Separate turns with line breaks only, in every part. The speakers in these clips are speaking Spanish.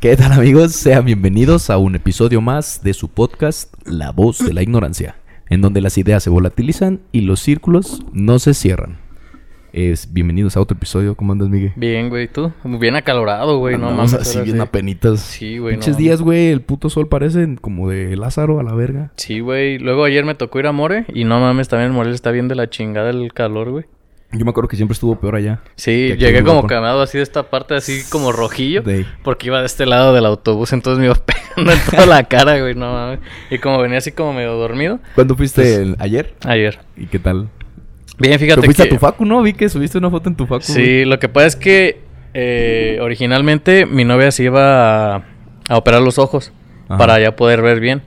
¿Qué tal amigos? Sean bienvenidos a un episodio más de su podcast La voz de la ignorancia, en donde las ideas se volatilizan y los círculos no se cierran. Es bienvenidos a otro episodio, ¿cómo andas, Miguel?
Bien, güey, tú. Bien acalorado, güey, no
Andamos
mames.
así
ahora
bien
sí.
apenitas.
Sí, güey, no
Pinches
mames.
días, güey, el puto sol parece como de Lázaro a la verga.
Sí, güey. Luego ayer me tocó ir a More y no mames, también en More está bien de la chingada el calor, güey.
Yo me acuerdo que siempre estuvo peor allá. Que
Sí,
aquí
llegué
en
como
Europa.
camado así de esta parte, así como rojillo.
De-
Porque iba de este lado del autobús, entonces me iba pegando en toda la cara, güey, no mames. Y como venía así como medio dormido
¿Cuándo fuiste el- ayer?
ayer.
Pues, ¿Y qué tal?
Bien, fíjate
Pero fuiste
que...
a tu facu, ¿no? Vi que subiste una foto en tu facu. güey.
Sí, lo que pasa es que eh, originalmente mi novia se iba a, a operar los ojos
Ajá.
para ya poder ver bien.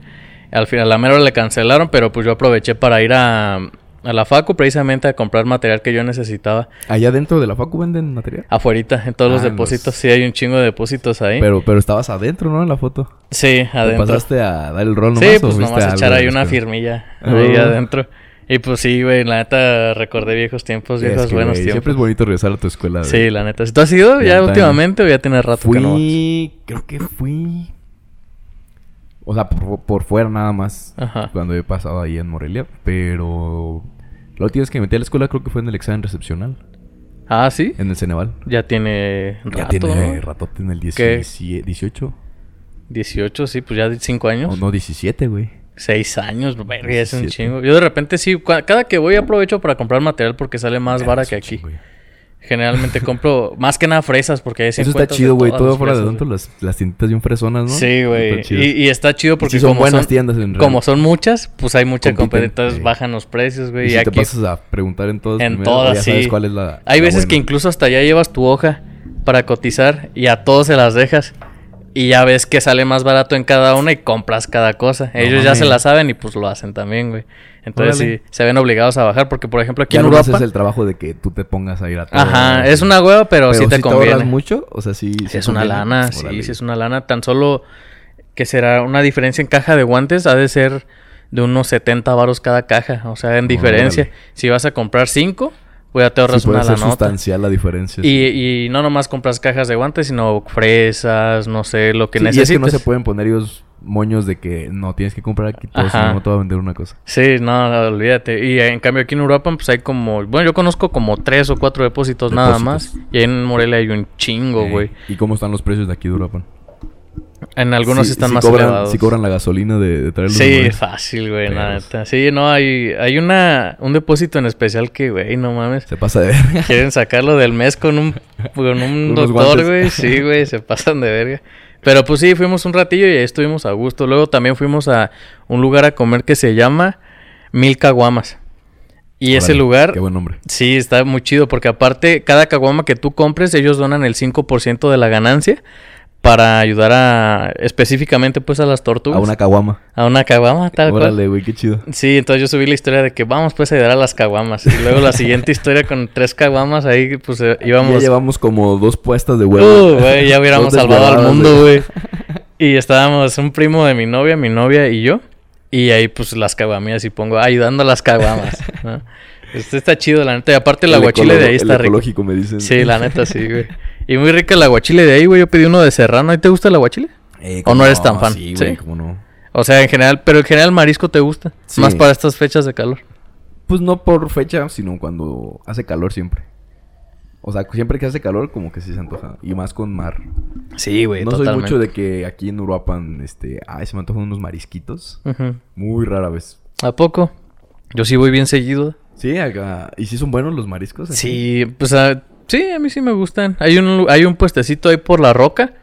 Al final, a la mera hora le cancelaron, pero pues yo aproveché para ir a, a la FACU precisamente a comprar material que yo necesitaba
Allá dentro de la facu venden material.
afuerita, en todos
Ah,
los
en
depósitos.
los-
Sí, hay un chingo de depósitos ahí.
Pero, pero estabas adentro, ¿no? En la foto.
sí,
¿Te
adentro.
pasaste a dar el rol nomás?
sí,
o
pues
fuiste
nomás
a
echar
algo
ahí
de
una
los que-
firmilla ahí
Ah.
adentro. Y pues sí, güey, la neta recordé viejos tiempos,
Sí, es
viejos
que,
buenos
güey, Siempre
tiempos.
es bonito regresar a tu escuela. güey.
Sí, la neta. ¿Tú has ido
Ya
ya
está.
últimamente o ya tienes rato que no vas?
Fui, creo que fui. O sea, por, por fuera nada más.
Ajá.
Cuando he pasado ahí en Morelia. Pero. La última vez que me metí a la escuela creo que fue en el examen recepcional.
Ah, sí.
En el Ceneval.
Ya tiene rato,
ya tiene
¿no?
rato, tiene el
¿Qué?
17, 18.
18, sí, pues ya 5
O
años.
Oh, no, 17, güey.
6 años, verga, ya es un
17.
chingo. Yo de repente sí, cua- cada que voy aprovecho para comprar material porque sale más
Era
vara
su
que aquí.
Ah, chingo, güey.
Generalmente compro más que nada fresas porque ahí sí
Eso está
encuentras de
chido, güey.
todas
Todo
las
fuera de
fresas,
tanto las, las tientas bien fresonas, ¿no?
güey. Sí, güey.
Está chido.
Y, y está chido porque
Sí son
como,
buenas
son,
tiendas en realidad.
como son muchas, pues hay mucha
Compiten,
competencia, entonces
sí.
bajan los precios,
Y
güey. Y,
si te
aquí
pasas a preguntar en todas
En
primero,
todas,
ya sabes
sí.
cuál es la.
Hay
la
veces que
buena.
incluso hasta ya llevas tu hoja para cotizar y a todos se las dejas. Y ya ves que sale más barato en cada una y compras cada cosa.
No
Ellos ya
mames.
se la saben y pues lo hacen también, güey. Entonces
Órale.
sí, se ven obligados a bajar porque, por ejemplo, aquí
Ya
en
no
Europa...
haces el trabajo de que tú te pongas a ir a todo,
Ajá,
¿no?
es una hueva, pero, sí te
si
conviene.
ahorras mucho, o sea, sí. sí
es una
conviene.
lana, sí,
Órale.
sí es una lana. Tan solo que será una diferencia en caja de guantes, ha de ser de unos 70 varos cada caja. O sea, en diferencia.
Órale.
Si vas a comprar 5, pues ya te
Sí
ahorras
puede
una
ser
lanota.
sustancial la diferencia. sí.
Y, y no nomás compras cajas de guantes, sino fresas, no sé, lo que
Sí, y
necesites.
es que no se pueden poner ellos moños de que no tienes que comprar aquí todo, si
Ajá.
no, no te va a vender una cosa.
Sí, no, no, olvídate. Y en cambio aquí en Europa, pues hay como... Bueno, yo conozco como tres o cuatro depósitos, nada más.
Depósitos.
Y ahí en Morelia hay un chingo,
Eh,
güey.
¿Y cómo están los precios de aquí de Europa?
En algunos
Sí,
están
sí
más
cobran,
elevados.
sí cobran ¿eh? la gasolina de, de traerlos. de
Sí,
Morelia.
fácil, güey, la
Perros.
neta. Sí, no, hay, hay una, un depósito en especial que, güey, no mames.
Se pasa de verga.
Quieren sacarlo del mes con un, con un
Unos
doctor,
guantes.
güey. Sí, güey, se pasan de verga. Pero pues sí, fuimos un ratillo y ahí estuvimos a gusto. Luego también fuimos a un lugar a comer que se llama Mil Caguamas. Y ese
Órale,
lugar,
Qué buen nombre.
sí, está muy chido porque aparte, cada caguama que tú compres, ellos donan el 5% de la ganancia para ayudar a, específicamente pues a las tortugas.
A una caguama.
a una caguama, tal cual.
Órale, güey, qué chido.
Sí, entonces yo subí la historia de que vamos pues a ayudar a las caguamas. Y luego la siguiente historia con tres caguamas ahí pues eh,
Ya
íbamos...
llevamos como dos puestas de huevo.
Uh, güey, ya hubiéramos
Dos
salvado al
desveladas,
mundo, güey. Y estábamos un primo de mi novia, mi novia y yo. Y ahí pues las caguamillas y pongo ayudando a las caguamas. ¿no? Este está chido, la neta. Y aparte el aguachile
ecolo-
de ahí está
el
rico.
ecológico, me dicen.
Sí, la neta sí, güey. Y muy rica el aguachile de ahí, güey. Yo pedí uno de serrano. ¿Y te gusta el aguachile?
Eh,
¿O
cómo
no eres tan fan?
Sí, güey,
Sí.
cómo no.
O sea, en general, pero en general marisco te gusta.
Sí.
Más para estas fechas de calor.
Pues no por fecha, sino cuando hace calor siempre. O sea, siempre que hace calor, como que sí se antoja. Y más con mar.
Sí, güey.
no soy
totalmente.
mucho de que aquí en Uruapan, este, ay, se me antojan unos marisquitos.
Ujú.
Muy rara vez.
¿A poco? Yo sí voy bien seguido.
Sí, acá. ¿Y sí son buenos los mariscos? aquí?
Sí, pues ah, sí, a mí sí me gustan. Hay un, lu- hay un puestecito ahí por la roca.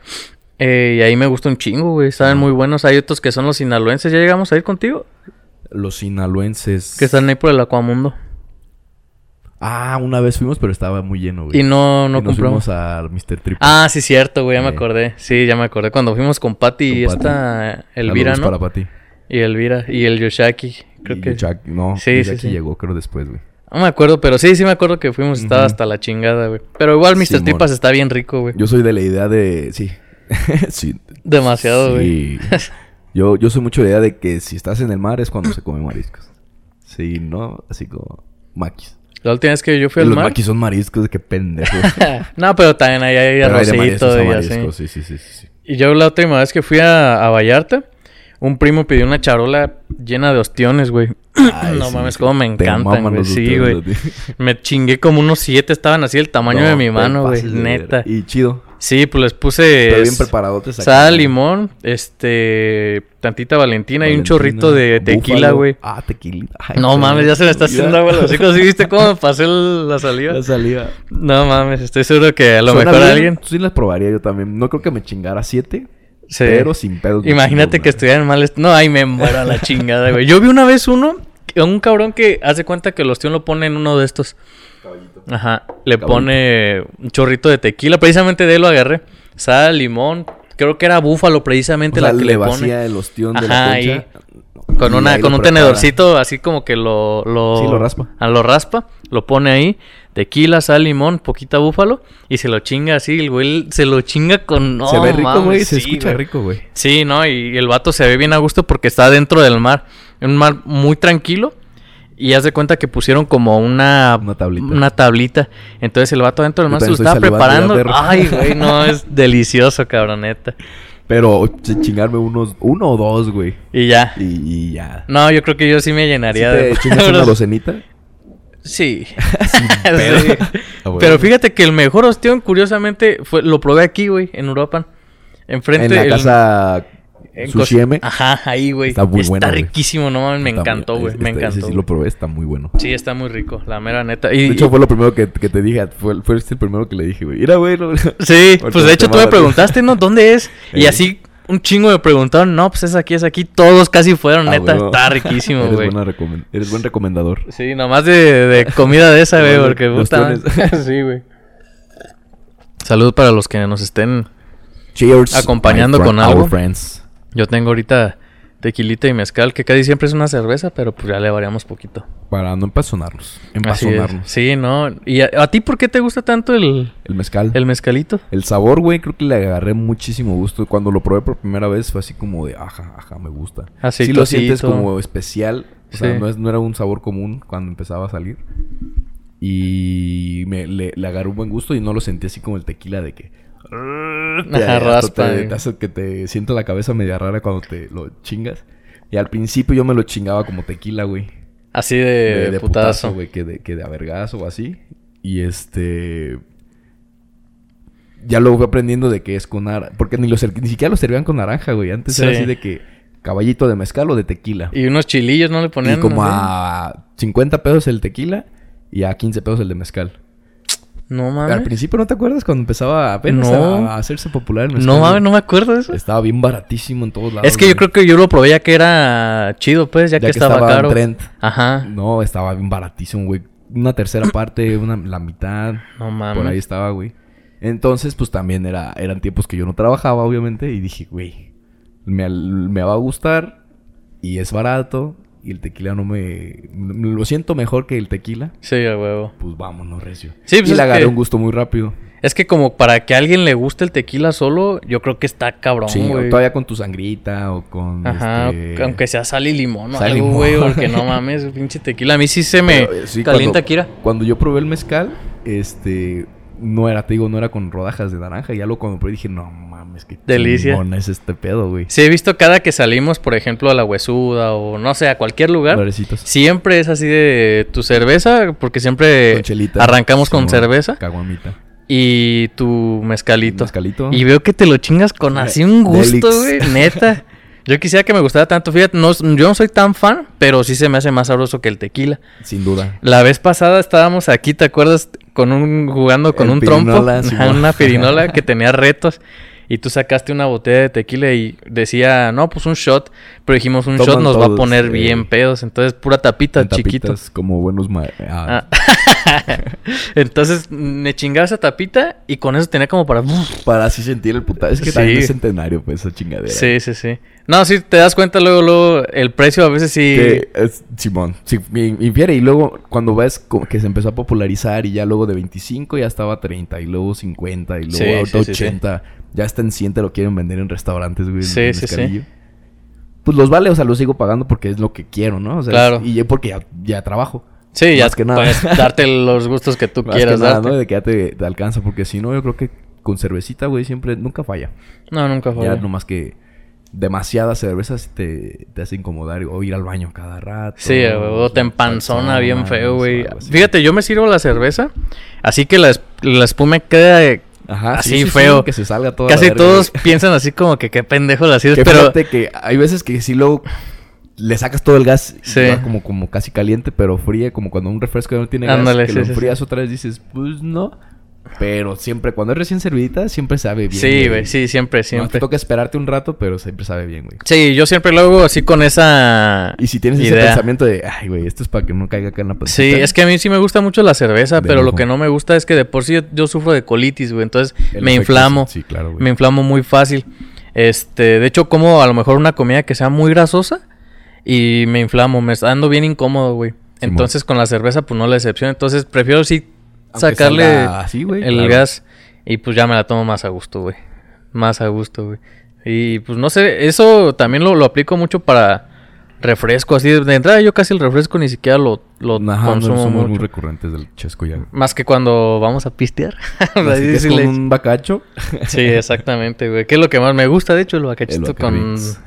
eh, y ahí me gusta un chingo, güey. Saben muy buenos. Hay otros que son los sinaloenses. ¿Ya llegamos a ir contigo?
Los sinaloenses.
Que están ahí por el Acuamundo.
Ah, una vez fuimos, pero estaba muy lleno, güey.
Y no, no
Y nos
compramos.
fuimos a Mr. Trip.
Ah, sí, cierto, güey. Ya me
Eh.
acordé. Sí, ya me acordé. Cuando fuimos con Patty y
Con Patty.
esta Elvira, ¿no?
para Pati.
Y Elvira. Y el Yoshaki. Creo
Y
que.
Chuck- no,
Sí, sí,
Chucky
sí.
llegó, creo, después, güey.
No me acuerdo, pero sí, sí me acuerdo que fuimos. Estaba
Ujú.
hasta la chingada, güey. Pero igual Mr.
Simón.
Tripas está bien rico, güey.
Yo soy de la idea de. Sí. sí.
Demasiado, güey.
Sí. Yo, yo soy mucho de la idea de que si estás en el mar es cuando se come mariscos. Sí, ¿no? Así como maquis.
La última vez que yo fui
Y
al
los
mar.
maquis son mariscos, qué pendejo.
no, pero también ahí hay
Pero hay de mariscos
arrocito
a
y así.
mariscos, sí, sí, sí, sí, sí.
Y yo la última vez que fui a, a Vallarta, un primo pidió una charola llena de ostiones, güey.
Ay,
no
sí,
mames,
sí.
cómo me
Te
encantan,
maman
güey.
los
Sí,
ustedes, a
güey.
ti.
Me chingué como unos siete, estaban así del tamaño
No,
de mi
está
mano, güey.
fácil de ver.
Neta.
Y chido.
Sí, pues les
Está
puse
bien
s-
preparado. te sacan,
sal,
güey.
limón, este, tantita Valentina, y un
Valentina,
chorrito de tequila,
búfalo.
güey.
Ah, tequila. Ay,
No
cabrón,
mames, ya se la está
mira.
haciendo agua a los chicos. ¿Sí viste cómo me pasé el- la saliva?
La saliva.
No mames, estoy seguro que a lo
Suena
mejor
bien,
alguien.
Sí, las probaría yo también. No creo que me chingara siete,
se-
pero sin pedos. me
Imagínate
chingo
que
una.
estuvieran mal. est- No, ay, me muero a la chingada, güey. Yo vi una vez uno, que- un cabrón que hace cuenta que los tíos lo pone en uno de estos. Ajá. Le
Caballito.
pone un chorrito de tequila. Precisamente de él lo agarré. Sal, limón. Creo que era búfalo, precisamente
O sea,
la que
le
le pone.
vacía el ostión de
Ajá,
la
ahí.
concha.
Con,
y
una,
ahí
con
lo
un
prepara.
tenedorcito, así como que lo, lo.
Sí, lo raspa.
Ah, lo raspa, lo pone ahí. Tequila, sal, limón, poquita búfalo. Y se lo chinga así. El güey se lo chinga con. No,
se ve rico,
mames,
güey. se
sí,
escucha
güey.
rico, güey.
Sí, ¿no? Y, y el vato se ve bien a gusto porque está dentro del mar. Un mar muy tranquilo. Y haz de cuenta que pusieron como una...
Una tablita.
una tablita. Entonces el vato dentro del
Yo
mar se lo
también
estaba
estoy salivando,
preparando.
ya,
Ay, güey, no, es delicioso, cabroneta.
Pero ch- chingarme unos, uno o dos, güey.
Y ya.
Y, y ya.
No, yo creo que yo sí me
¿Sí
llenaría
te
de...
chingas una
puros-
docenita?
Sí.
pedo.
Sí.
Ah, bueno.
Pero fíjate que el mejor ostión, curiosamente, fue, lo probé aquí, güey, en Europa. Enfrente
En la
el-
casa
en Cos-
Sushieme.
Ajá, ahí, güey.
Está
Está
muy buena, güey.
riquísimo, no mames, me
Está muy-
encantó, güey.
es-
Me
este-
encantó.
Ese sí
güey. Sí,
lo probé, está muy bueno.
está muy rico, la mera neta. Y,
De hecho, fue lo primero que, que te dije. Fue, fue el primero que le dije, güey. Mira, güey. no-
sí,
Ahorita
pues de hecho
te
tú me
mando.
preguntaste, ¿no? ¿Dónde es? Y
Eh.
así un chingo me preguntaron, no, pues es aquí, es aquí. Todos casi fueron,
Ah,
neta.
bueno.
Está riquísimo,
Eres,
güey.
buena recomen- eres buen recomendador.
Sí, nomás de, de comida de esa, güey,
Los
porque puta. sí, güey. Salud para los que nos estén.
Cheers.
Acompañando
my
con
fri-
algo.
Our friends.
Yo tengo ahorita tequilita y mezcal, que casi siempre es una cerveza, pero pues ya le variamos poquito.
Para no empazonarnos.
Así es.
Empazonarnos.
Sí, ¿no? ¿Y a, a ti por qué te gusta tanto el,
El mezcal.
el mezcalito?
El sabor, güey, creo que le agarré muchísimo gusto. Cuando lo probé por primera vez fue así como de, ajá, ajá, me gusta. sí lo
Aceitosito.
sientes como especial. O sea,
Ah, Sí.
no, es- no era un sabor común cuando empezaba a salir. Y me, le, le agarré un buen gusto y no lo sentí así como el tequila de que... te-
Ajá,
hasta
raspa,
te,
güey.
te hace que te sienta la cabeza media rara cuando te lo chingas. Y al principio yo me lo chingaba como tequila, güey.
Así de,
de, de
Eh, putazo.
putazo, güey, que de, que de avergas o así. Y este. Ya luego fui aprendiendo de que es con naranja. Porque ni, los, ni siquiera lo servían con naranja, güey. Antes era
Sí.
así de que caballito de mezcal o de tequila. Y,
Y unos chilillos, ¿no le ponían?
como
así?
a 50 pesos el tequila y a 15 pesos el de mezcal.
No
Al
mames.
principio, ¿no te acuerdas cuando empezaba apenas
No.
a, a hacerse popular el mezcal?
No mames,
güey?
no me acuerdo de eso.
Estaba bien baratísimo en todos lados.
Es que yo
güey.
creo que yo lo probé ya que era chido, pues, ya, que, estaba,
en
caro.
Trent.
Ajá.
No, estaba bien baratísimo, güey. Una tercera parte, una, la mitad.
Ah, No mames.
Por ahí estaba, güey. Entonces, pues también era, eran tiempos que yo no trabajaba, obviamente. Y dije, güey, me, al- me va a gustar. Y es barato. Y el tequila no me... me- Lo siento mejor que el tequila.
Sí, a huevo.
Pues vámonos, recio.
Sí, pues
y
es
le agarré
que-
un gusto muy rápido.
Es que como para que a alguien le guste el tequila solo, yo creo que está cabrón,
sí, o
güey.
todavía con tu sangrita o con...
Ajá,
este-
aunque sea sal y limón o
Sal y
algo, güey,
limón.
porque no mames, pinche tequila. A mí sí se me
Pero, eh, sí,
calienta,
cuando-
Kira.
Cuando yo probé el mezcal, este... No era, te digo, no era con rodajas de naranja. Ya lo cuando probé dije, no mames, qué
Delicia.
chingón es este pedo, güey.
Sí, he visto cada que salimos, por ejemplo, a la huesuda o no sé, a cualquier lugar.
Florecitos.
Siempre es así de tu cervesa, porque siempre
Con chelita.
eh, arrancamos con
Simón,
cerveza
Caguamita.
y tu mezcalito.
Mezcalito.
Y veo que te lo chingas con
Eh,
así un gusto,
Delix.
güey, neta. Yo quisiera que me gustara tanto, fíjate, no, yo no soy tan fan, pero sí se me hace más sabroso que el tequila.
Sin duda.
La vez pasada estábamos aquí, ¿te acuerdas? Con un, jugando con
El
un
pirinola,
trompo,
Simón.
una pirinola que tenía retos. Y tú sacaste una botella de tequila y decía, no, pues un shot. Pero dijimos, un
Toman
shot nos va a
todos,
poner
eh.
bien pedos. Entonces, pura tapita,
En
chiquito.
tapitas, Como buenos ma- ah,
Entonces, me chingaba esa tapita y con eso tenía como para...
Para así sentir el puta. Es que
Sí.
también es centenario, pues, esa chingadera.
Sí, sí, sí. No, sí, te das cuenta luego, luego, el precio a veces sí...
Que es- Simón, sí, me infiere. Y luego, cuando ves como que se empezó a popularizar y ya luego de 25 ya estaba 30 y luego 50 y luego
Sí,
ahorita
sí, sí,
80. Ya está en 100, te lo quieren vender en restaurantes, güey. el
Sí, sí,
mezcalillo. Pues los vale, o sea, los sigo pagando porque es lo que quiero, ¿no? O sea,
Claro.
es- Y porque ya, ya trabajo.
Sí, ya
más que nada.
puedes darte los gustos que tú
Más
quieras
que nada,
darte.
¿no? De que ya te, te alcanza, porque si no, yo creo que con cervecita, güey, siempre, nunca falla.
No, nunca falla.
Ya nomás que demasiadas cervezas te, te hace incomodar o ir al baño cada rato.
Sí, güey, o te empanzona bien feo, güey. Fíjate, yo me sirvo la cerveza, así que la, es- la espuma queda de-
Ajá,
así feo.
que se salga toda la
Casi
verga,
todos
güey.
piensan así como que qué pendejo la sirves,
Que
pero...
fíjate que hay veces que sí luego le sacas todo el gas y
Sí.
va como, como casi caliente, pero fría, como cuando un refresco ya no tiene
Ándale,
gas, que
sí,
lo
sí,
enfrías otra vez dices, pues no. Pero siempre, cuando es recién servidita, siempre sabe bien.
Sí, güey, sí, siempre, siempre.
te toca esperarte un rato, pero siempre sabe bien, güey.
Sí, yo siempre lo hago así con esa...
Y si tienes ese
idea.
pensamiento de, ay, güey, esto es para que no caiga acá en la pancita.
Sí, es que a mí sí me gusta mucho la cerveza,
De
pero lo
lujo.
que no me gusta es que de por sí yo, yo sufro de colitis, güey. Entonces
El
me
efecto,
inflamo,
Sí, claro, güey.
me inflamo muy fácil. Este, de hecho, como a lo mejor una comida que sea muy grasosa y me inflamo, me está ando bien incómodo, güey. Entonces con la cerveza, pues no la excepción. Entonces prefiero sí
Aunque
sacarle
salga así, güey,
el
claro.
gas y pues ya me la tomo más a gusto, güey. Más a gusto, güey. Y pues no sé, eso también lo, lo aplico mucho para refresco, así de, de entrada yo casi el refresco ni siquiera lo, lo
Ajá, no
consumo
somos muy
mucho.
recurrentes del chesco ya. güey.
Más que cuando vamos a pistear.
Así
Ahí
que es
sí
con
le-
un bacacho.
Sí, exactamente, güey. Que es lo que más me gusta, de hecho, el
El
bacachito con...
Bacardits.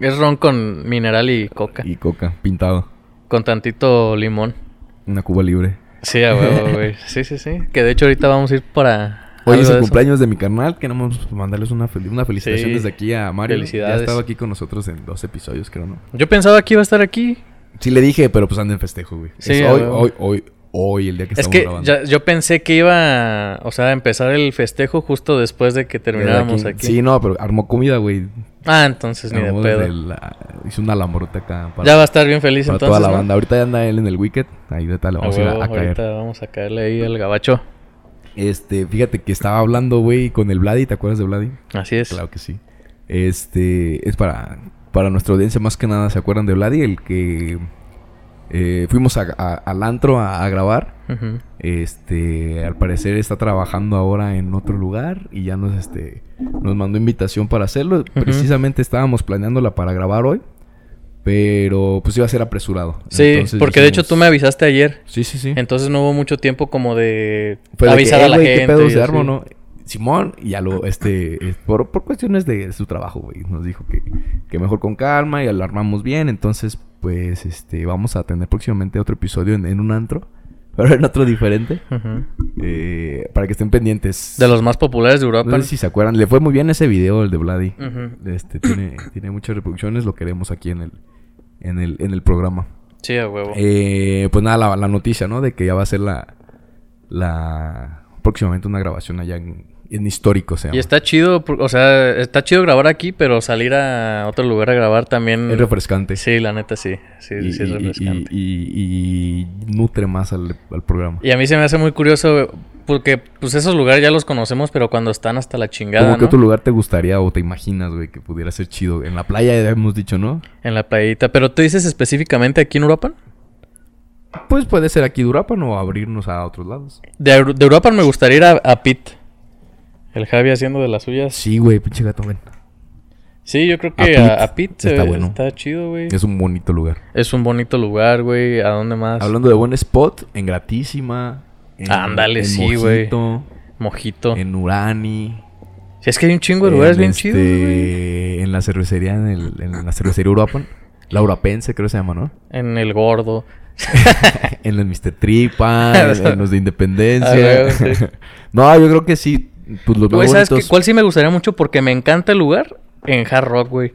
Es ron con mineral y coca.
Y coca, pintado.
Con tantito limón.
Una cuba libre.
Sí, a huevo, güey. Sí, sí, sí. Que de hecho ahorita vamos a ir para...
Hoy es el
algo de eso.
cumpleaños de mi carnal. Queremos mandarles una, fel- una felicitación
Sí.
desde aquí a Mario.
Felicidades.
Ya estaba aquí con nosotros en dos episodios, creo, ¿no?
Yo pensaba que iba a estar aquí.
Sí le dije, pero pues anda en festejo, güey.
Sí,
Es
a
hoy,
huevo.
hoy, hoy, hoy, el día que
es
estamos
que
grabando.
ya- yo pensé que iba, o sea, a empezar el festejo justo después de que
Desde
terminábamos aquí.
Sí, no, pero armó comida, güey.
Ah, entonces ni de
Armó
pedo.
desde la- Hizo una alambrote acá para,
Ya va a estar bien feliz
para
entonces,
toda la
¿no?
banda. Ahorita ya anda él en el Wicked. Ahí de tal, le
A
vamos a, ir a-
huevo,
a caer.
ahorita vamos a caerle ahí al gabacho.
Este, fíjate que estaba hablando, güey, con el Vladi. ¿Te acuerdas de Vladi?
Así es.
Claro que sí. Este es para, para nuestra audiencia más que nada, ¿se acuerdan de Vladi? El que eh, fuimos a- a- al antro a, a grabar.
Ujú.
Este, al parecer está trabajando ahora en otro lugar y ya nos, este, nos mandó invitación para hacerlo. Precisamente estábamos planeándola para grabar hoy, pero pues iba a ser apresurado.
Sí,
Entonces
porque de hecho
dijimos-
tú me avisaste ayer.
Sí, sí, sí.
Entonces no hubo mucho tiempo como de
Fue de que,
avisar
"Eh,
a la
güey,
gente.
¿Qué pedo
y
se
así.
arma o no? Simón, y ya lo, este, es por, por cuestiones de su trabajo, güey, nos dijo que, que mejor con calma y alarmamos bien, entonces, pues, este, vamos a tener próximamente otro episodio en, en un antro, pero en otro diferente,
Ujú.
eh, para que estén pendientes.
De los más populares de Europa.
No sé si se acuerdan, le fue muy bien ese video, el de Vladi.
Ujú.
Este, tiene, tiene muchas reproducciones, lo queremos aquí en el, en el, en el programa.
Sí, a huevo.
Eh, pues nada, la, la noticia, ¿no? De que ya va a ser la. la próximamente una grabación allá en, en histórico, se llama.
y está chido, por- o sea, está chido grabar aquí, pero salir a otro lugar a grabar también.
Es refrescante.
Sí, la neta sí. Sí,
Y,
sí es
y-
refrescante.
y- y- y nutre más al, al programa.
Y, a mí se me hace muy curioso porque pues esos lugares ya los conocemos, pero cuando están hasta la chingada,
¿Cómo que
¿no?
otro lugar te gustaría o te imaginas, güey, que pudiera ser chido? En la playa ya hemos dicho, ¿no?
En la playita. Pero tú dices específicamente aquí en Europa.
Pues puede ser aquí Durapan o abrirnos a otros lados.
De, Eur- de Europa me gustaría ir a, a Pitt. El Javi haciendo de las suyas. Sí,
Sí, güey, pinche gato, ven.
yo creo
A
que
Pitt.
a, a Pitt se ve-
Está
está,
bueno.
chido, güey. Es...
Es un bonito lugar.
un bonito lugar, güey. ¿A dónde más?
Hablando de buen spot, en Gratísima. en-
Ándale,
en
sí, güey.
Mojito,
Mojito.
En Urani.
Si es que hay un chingo de lugares
en
bien
este,
chidos, güey.
En la cervecería, en, el- en la cervecería Europa. La Urapense, creo que se llama, ¿no?
En El Gordo.
en los Mr. Tripa, en, en los de
Ah,
Independencia.
güey, sí.
no, yo creo que sí. Pues los
Güey,
más
¿sabes
bonitos
qué? cuál sí me gustaría mucho? Porque me encanta el lugar. En Hard Rock, güey.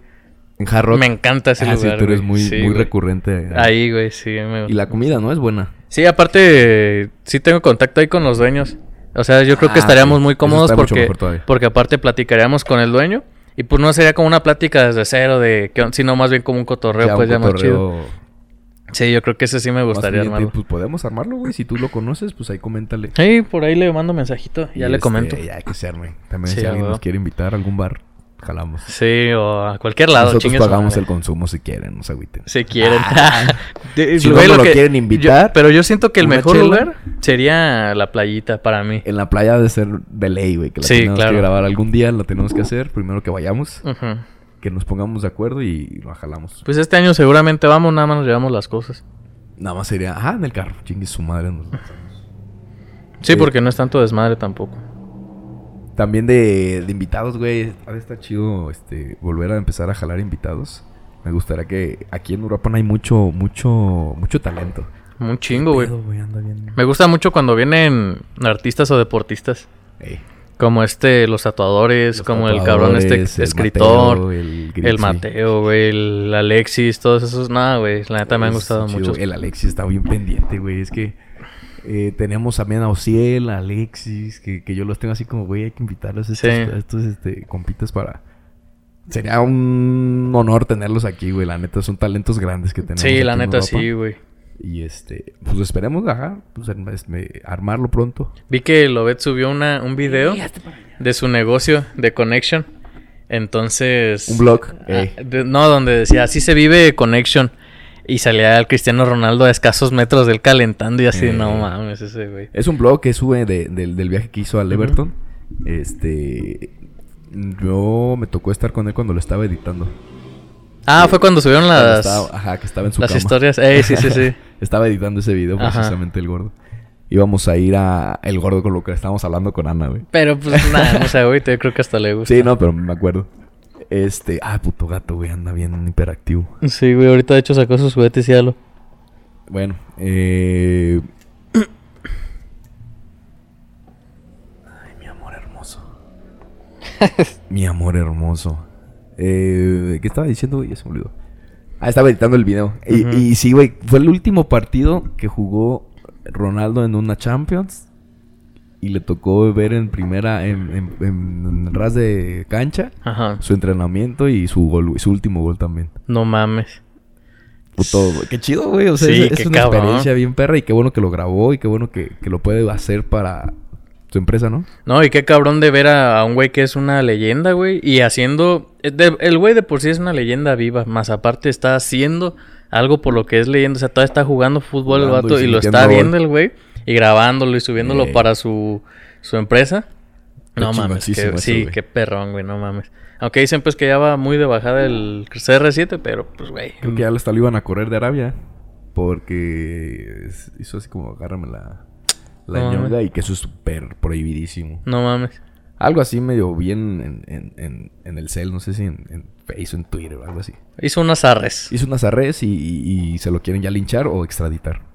en Hard Rock.
Me encanta ese
Ah, sí,
lugar.
tú eres
güey.
muy,
Sí,
muy
güey.
recurrente.
Ahí, güey, sí. Me...
Y la comida, ¿no? Es buena.
Sí, aparte, sí tengo contacto ahí con los dueños. O sea, yo creo que
Ah,
estaríamos
güey.
muy
Eso
cómodos
está mucho
porque,
mejor todavía.
porque aparte platicaríamos con el dueño. Y pues no sería como una plática desde cero, de qué on- sino más bien como un cotorreo,
Ya, un
pues ya más chido.
cotorreo
Sí, yo creo que ese sí me
más
gustaría
ambiente.
armarlo.
Pues podemos armarlo, güey. Si tú lo conoces, pues ahí coméntale.
Sí, por ahí le mando mensajito, ya
Y,
le
este,
comento.
Ya que se arme. También
Sí,
si
a
alguien nos
huevo.
quiere invitar a algún bar, jalamos.
Sí, o a cualquier lado.
Nosotros
chingue su
pagamos
madre.
el consumo si quieren, no se agüiten.
Si quieren. De-
Si
güey,
no me lo
que-
quieren
yo-
invitar,
pero yo siento que el
una
mejor
chela.
lugar sería la playita para mí.
En la playa ha de ser de ley, güey. Que la
Sí,
tenemos
claro.
que grabar algún día, lo tenemos que hacer. Primero que vayamos,
Ujú.
que nos pongamos de acuerdo y lo jalamos.
Pues este año seguramente vamos, nada más nos llevamos las cosas.
Nada más sería, ah, en el carro, chingue su madre. nos-
Sí,
Sí.
porque no es tanto desmadre tampoco.
También de, de invitados, güey. Ha de estar chido este, volver a empezar a jalar invitados. Me gustaría que aquí en Europa hay mucho, mucho, mucho talento.
Un chingo, güey.
Pedo, güey, anda bien.
Me gusta mucho cuando vienen artistas o deportistas.
Ey,
Como este, los
Eh,
tatuadores,
los
como el cabrón este
tatuadores, el
escritor.
Mateo, el,
El
Grixi.
Mateo, güey, el Alexis, todos esos. Nada, güey, la neta me han
Es
gustado
chido.
mucho.
El Alexis está bien pendiente, güey. Es que eh, tenemos también a Ociel, a Alexis, que, que yo los tengo así como, güey, hay que invitarlos a estos,
Sí.
a estos, este, compitas para... Sería un honor tenerlos aquí, güey. La neta, son talentos grandes que tenemos.
Sí,
aquí
la
en
neta
Europa.
sí, güey.
Y este, pues esperemos, ajá, pues, en- este, armarlo pronto.
Vi que Lobet subió una, un video de su negocio de Connection. Entonces.
Un blog.
Ah,
ey.
de- no, donde decía, así se vive Connection. Y salía el Cristiano Ronaldo a escasos metros de él calentando y así,
Eh.
no mames, ese güey.
Es un blog que sube de- del, del viaje que hizo al Everton. Este. Yo me tocó estar con él cuando lo estaba editando.
Ah, fue cuando subieron
Cuando
las,
estaba- ajá, que estaba en su
las
cama.
historias. Ey, sí, sí, sí.
Estaba editando ese video
Ajá.
precisamente el gordo. Íbamos a ir a El Gordo con lo que estábamos hablando con Ana, güey.
Pero pues nada, no sé, güey, yo creo que hasta le gusta.
Sí, no, pero me acuerdo. Este, ah, puto gato, güey, anda bien hiperactivo.
Sí, güey, ahorita de hecho sacó sus juguetes y algo.
Bueno, eh Ay, mi amor hermoso. mi amor hermoso. Eh, ¿qué estaba diciendo, güey? Ya se me olvidó. Ah, estaba editando el video. Y,
Ujú.
y sí, güey, fue el último partido que jugó Ronaldo en una Champions. Y le tocó ver en primera, en, en- en- en ras de cancha,
Ajá.
su entrenamiento y su gol, güey, su último gol también.
No mames.
Puto, güey. qué chido, güey. O sea,
Sí,
es, es
qué
una
cabrón.
experiencia bien perra y qué bueno que lo grabó y qué bueno que, que lo puede hacer para su empresa, ¿no?
No, y qué cabrón de ver a, a un güey que es una leyenda, güey. Y haciendo... es de- el güey de por sí es una leyenda viva. Más aparte está haciendo algo por lo que es leyenda. O sea, todavía está jugando fútbol
Jugando
el vato
y
y lo
metiendo
está
gol.
viendo el güey. Y grabándolo y subiéndolo
Eh.
para su, su empresa.
Está
No mames.
chingoncísimo
qué-
eso,
sí,
güey.
qué perrón, güey. No mames. Aunque dicen pues que ya va muy de bajada el CR7, pero pues güey.
Creo que ya hasta lo iban a correr de Arabia porque es- hizo así como agárrame la, la
No,
ñonga
mames.
y que eso es súper prohibidísimo.
No mames.
Algo así medio bien en, en- en- en el cel, no sé si en, en Face o en Twitter o algo así.
Hizo unas arres.
Hizo unas arres y, y- y se lo quieren ya linchar o extraditar.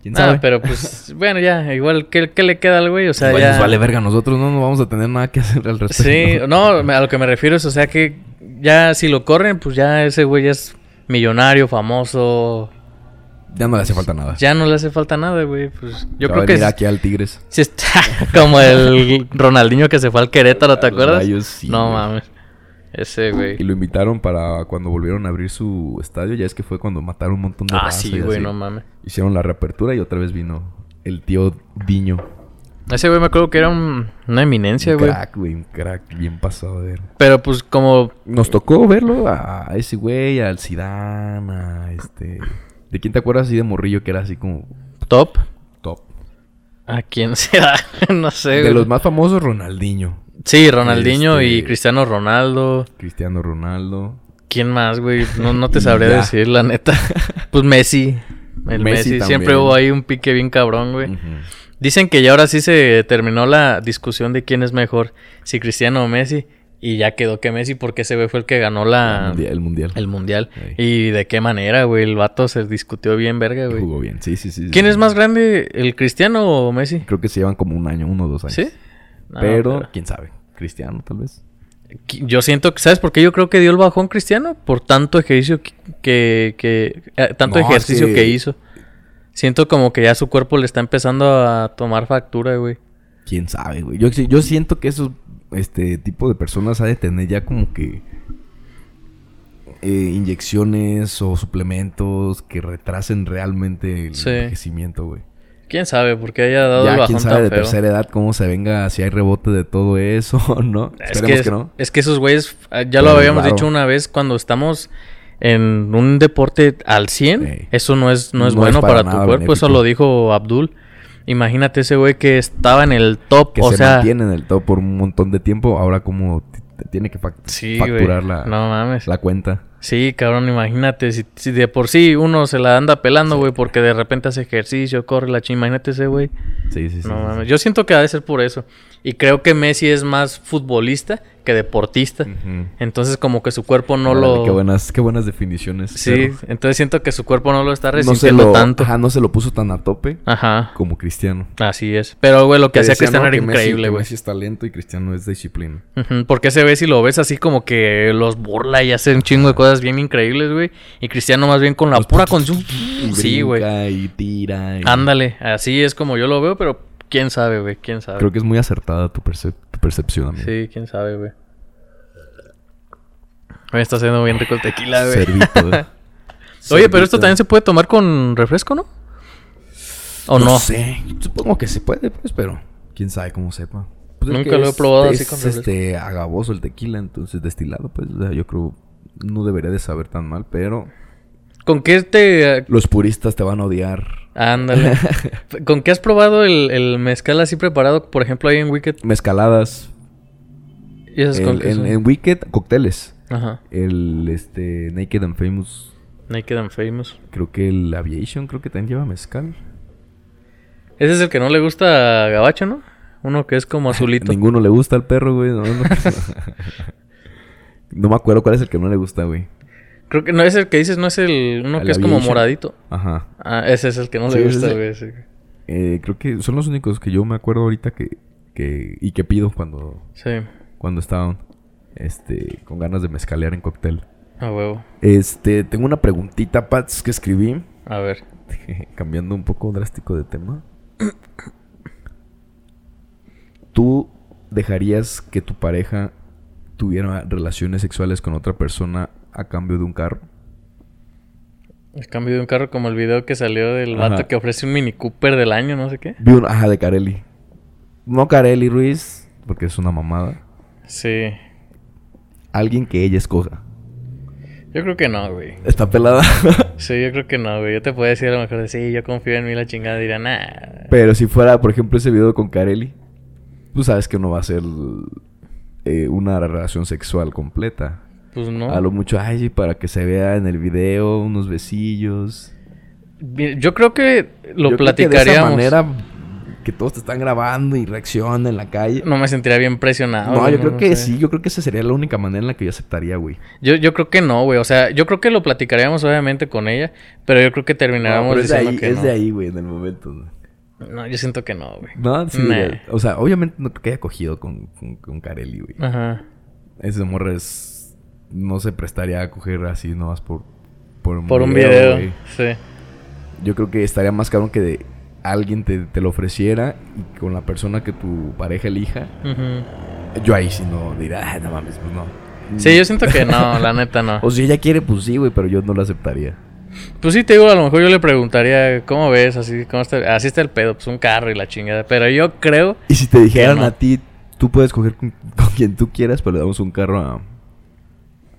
¿Quién
Ah,
sabe?
pero pues, bueno, ya, igual, ¿qué, qué le queda al güey? O sea,
Igual
ya...
nos vale verga, nosotros no nos vamos a tener nada que hacer al respecto.
Sí, no, me- a lo que me refiero es, o sea, que ya si lo corren, pues ya ese güey ya es millonario, famoso,
Ya no le hace falta nada.
ya no le hace falta nada, güey, pues yo
Va
creo
a
que
venir
si-
aquí al Tigres.
si está como el Ronaldinho que se fue al Querétaro, ¿te
A los
acuerdas?
Rayos, sí,
no
güey.
mames, ese güey.
Y lo invitaron para cuando volvieron a abrir su estadio. Ya es que fue cuando mataron un montón de
Ah,
raza
sí,
y
güey,
así.
no mames.
Hicieron la reapertura y otra vez vino el tío Diño.
Ese güey me acuerdo que era un- una eminencia,
un
güey.
crack, güey. Un crack bien pasado de ver.
Pero pues como...
Nos tocó verlo a a ese güey, al Zidane, a este... ¿De quién te acuerdas así de morrillo que era así como
Top.
top?
¿A quién será? no sé,
De
güey.
los más famosos, Ronaldinho.
Sí, Ronaldinho y
Este-
Cristiano Ronaldo.
Cristiano Ronaldo.
¿Quién más, güey? No, no te
Y
sabré
ya.
decir, la neta. Pues Messi. El
Messi
Messi,
también. Mm.
siempre hubo ahí un pique bien cabrón, güey.
Ujú.
Dicen que ya ahora sí se terminó la discusión de quién es mejor, si Cristiano o Messi. Y ya quedó que Messi, porque ese güey fue el que ganó
El
la,
mundial- el mundial.
Ah, el mundial.
Ey.
Y de qué manera, güey. El vato se discutió bien, verga, güey.
Jugó bien, sí, sí, sí.
¿Quién
sí.
es más grande, el Cristiano o Messi?
Creo que se llevan como un año, uno o dos años.
¿Sí? Ah, No,
pero, quién sabe, Cristiano tal vez.
Qui- Yo siento que, ¿sabes por qué yo creo que dio el bajón Cristiano? Por tanto ejercicio que, que- que- eh, tanto
No, es
ejercicio
que-
que hizo. Siento como que ya su cuerpo le está empezando a tomar factura, güey.
Quién sabe, güey. Yo, yo siento que esos este tipo de personas ha de tener ya como que eh, inyecciones o suplementos que retrasen realmente el
Sí.
envejecimiento, güey.
Quién sabe por qué haya dado el
Ya
bajón
quién sabe
tan
de
feo.
tercera edad cómo se venga, si hay rebote de todo eso, ¿no?
Es
Esperemos
que,
que no.
es que esos güeyes, eh, ya lo
Pero es
habíamos
raro.
dicho una vez, cuando estamos en un deporte al 100,
Ey.
eso no es, no es
No es
bueno
para
para, tu
nada
cuerpo. Eso
benéfico.
lo dijo Abdul. Imagínate ese güey que estaba en el top,
Que
o
se
sea...
mantiene en el top por un montón de tiempo. Ahora como t- te tiene que fac-
Sí, güey.
facturar la,
No mames.
la cuenta.
Sí, cabrón, imagínate. Si, si de por sí uno se la anda pelando, güey, porque de repente hace ejercicio, corre la chingada. Imagínate ese, güey.
Sí, sí, sí.
No
sí,
mames.
sí.
Yo siento que ha de ser por eso. Y creo que Messi es más futbolista que deportista.
Ujú.
Entonces, como que su cuerpo no
Mm. Órale,
lo.
Qué buenas, qué buenas definiciones.
Sí,
perro.
entonces siento que su cuerpo no lo está
No se
resistiendo
lo,
tanto.
ajá, no se lo puso tan a tope
Ajá.
como Cristiano.
Así es. Pero, güey, lo que hacía
decía,
Cristiano
¿no?
era
que Messi-
increíble,
que
güey.
Messi es talento y Cristiano es disciplina.
Ujú, Porque ese ve si lo ves así como que los burla y hace un chingo de cosas bien increíbles, güey. Y Cristiano más bien con la pura consumo.
Y
Sí, güey.
brinca Y tira. y-
Ándale, así es como yo lo veo, pero quién sabe, güey, quién sabe.
Creo que es muy acertada tu, percep- tu percepción, amigo.
Sí, quién sabe, güey. Me está haciendo bien rico el tequila, güey.
Servito, eh.
Oye, pero esto
Servito.
también se puede tomar con refresco, ¿no? ¿O no?
sé. Supongo que se puede, pues, pero quién sabe cómo sepa. Pues es
Nunca
que
lo he
es-
probado así
es,
con refresco.
este agaboso el tequila, entonces destilado, pues o sea, yo creo no debería de saber tan mal, pero
¿Con qué te...
los puristas te van a odiar.
Ándale. ¿Con qué has probado el, el mezcal así preparado, por ejemplo, ahí en Wicked?
Mezcaladas.
¿Y esas con
El-
qué
en,
son?
en Wicked, cócteles.
Ajá.
El este Naked and Famous.
Naked and Famous.
Creo que el Aviation, creo que también lleva mezcal.
Ese es el que no le gusta a Gabacho, ¿no? Uno que es como azulito.
Ninguno le gusta al perro, güey. No, no. No me acuerdo cuál es el que no le gusta, güey.
Creo que no es el que dices, no es el uno
El
que es como
Aviation.
moradito.
Ajá.
Ah, ese es el que no
Sí,
le
ese
gusta,
es el-
güey. sí.
Eh, creo que son los únicos que yo me acuerdo ahorita que, que y que pido cuando
Sí,
cuando estaban este con ganas de mezcalear en cóctel.
a huevo.
Este, tengo una preguntita, Pats, que escribí,
A ver.
cambiando un poco drástico de tema. ¿Tú dejarías que tu pareja tuviera relaciones sexuales con otra persona a cambio de un carro?
El cambio de un carro como el video que salió del
Ajá.
vato que ofrece un Mini Cooper del año, no sé qué.
Vi un ajá de Carelli. No Carelli Ruiz, porque es una mamada.
Sí.
Alguien que ella escoja.
Yo creo que no, güey.
Está pelada.
Sí, yo creo que no, güey. Yo te puedo decir a lo mejor de sí, yo confío en mí la chingada "Ah, dirá, nah.
Pero si fuera, por ejemplo, ese video con Carelli, tú sabes que no va a ser eh, una relación sexual completa.
Pues no.
A lo mucho, ay, sí, para que se vea en el video unos besillos.
Mira, Yo creo que lo
Yo creo que
platicaríamos.
de esa manera que todos te están grabando y reaccionan en la calle. No,
No me sentiría bien presionado. güey,
yo creo
no
que
sé.
sí, yo creo que esa sería la única manera en la que yo aceptaría, güey.
Yo, yo creo que no, güey. O sea, yo creo que lo platicaríamos obviamente con ella, pero yo creo que
No,
terminábamos
pero es de
diciendo
ahí,
que
es
no.
de ahí, güey, en el momento. ¿no?
No, yo siento que no, güey.
No, sí,
Nah.
güey. o sea, obviamente no creo que haya cogido con, con, con Carelli, güey.
Ajá.
Ese morra es... No se prestaría a coger así nomás por... Por un
Por un video.
güey.
Sí.
Yo creo que estaría más cabrón que de alguien te, te lo ofreciera y con la persona que tu pareja elija.
Ujú.
Yo ahí si no dirá, "Ah, no mames, pues no.
Sí, yo siento que no, la neta no.
O si ella quiere, pues sí, güey, pero yo no la aceptaría.
Pues sí, te digo, a lo mejor yo le preguntaría, ¿cómo ves? Así, ¿cómo está? Así está el pedo, pues un carro y la chingada. Pero yo creo,
Y si te dijeran
no.
a ti, tú puedes coger con, con quien tú quieras, pero le damos un carro a,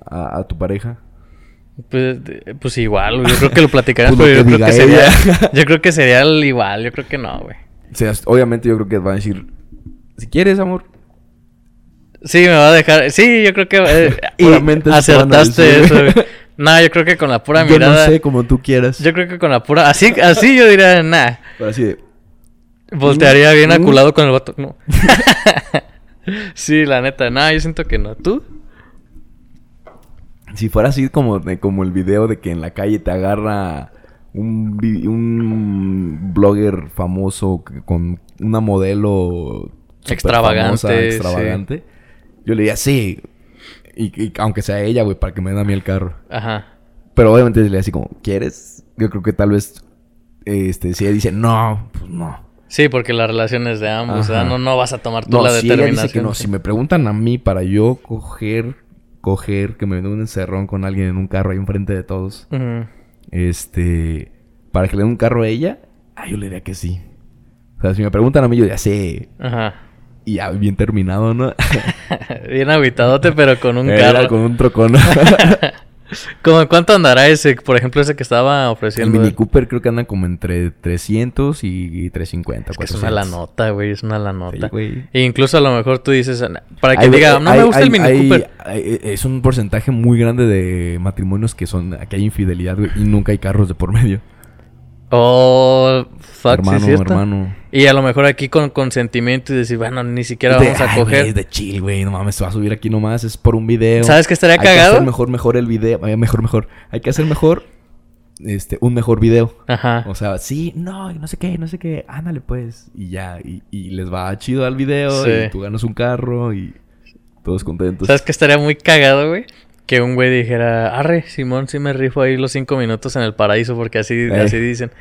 a, a tu pareja.
pues, de- pues igual, güey. yo creo que lo platicaríamos,
Pues
pero
lo que
yo creo que
diga
sería.
ella.
Yo creo que sería el igual, yo creo que no, güey.
O sea, obviamente yo creo que van a decir, si quieres, amor.
Sí, me va a dejar. Sí, yo creo que. eh, y
Puramente eso te van a
acertaste
decir,
eso,
güey.
güey. No, yo creo que con la pura
yo
mirada.
no sé, como tú quieras.
Yo creo que con la pura. Así, así yo diría, nah.
Pero así de,
Voltearía bien
Mm.
aculado con el vato. No. sí, la neta. No, yo siento que no. ¿Tú?
Si fuera así como, de- como el video de que en la calle te agarra un, vi- un blogger famoso que- con una modelo super
Extravagante,
famosa, extravagante yo le diría sí. Y, y aunque sea ella, güey, para que me den a mí el carro.
Ajá.
Pero obviamente le diría así como, ¿quieres? Yo creo que tal vez, este, si ella dice no, pues no.
Sí, porque la relación es de ambos.
Ajá.
¿verdad? No, no vas a tomar tú
No,
la
si ella
determinación.
dice que no, si me preguntan a mí para yo coger, coger, que me den un encerrón con alguien en un carro ahí enfrente de todos.
Ujú.
Este. Para que le den un carro a ella, ah, yo le diría que sí. O sea, si me preguntan a mí, yo diría sí.
Ajá.
Y ya, bien terminado, ¿no?
Bien habitadote, pero con un
Era
carro.
Con un trocón.
¿Cómo cuánto andará ese, por ejemplo, ese que estaba
El
ofreciendo?
Mini Cooper creo que anda como entre 300 y 350.
Es que es una la nota, güey, es una la nota.
güey.
E incluso a lo mejor tú dices, para que
Hay-
diga, no me
hay-
gusta el
hay-
Mini
hay-
Cooper.
hay- eh, es un porcentaje muy grande de matrimonios que son. Aquí hay infidelidad, güey, y nunca hay carros de por medio.
Oh, fuck, sí
hermano,
es cierto.
hermano.
Y a lo mejor aquí con consentimiento y decir, bueno, ni siquiera
De-
vamos a
ay, güey,
coger.
Es de chill, güey. No mames, se va a subir aquí nomás. Es por un video.
¿Sabes qué estaría
Hay que
cagado?
hacer mejor, mejor el video. eh, Mejor, mejor. Hay que hacer mejor. Este, un mejor video.
Ajá.
O sea, sí, no, y no sé qué, no sé qué. Ándale, pues. Y ya. Y, y les va chido al video.
Sí.
Y tú ganas un carro. Y todos contentos.
¿Sabes qué estaría muy cagado, güey? Que un güey dijera, arre, Simón, sí me rifo ahí los cinco minutos en el paraíso, porque así,
Ey.
así dicen.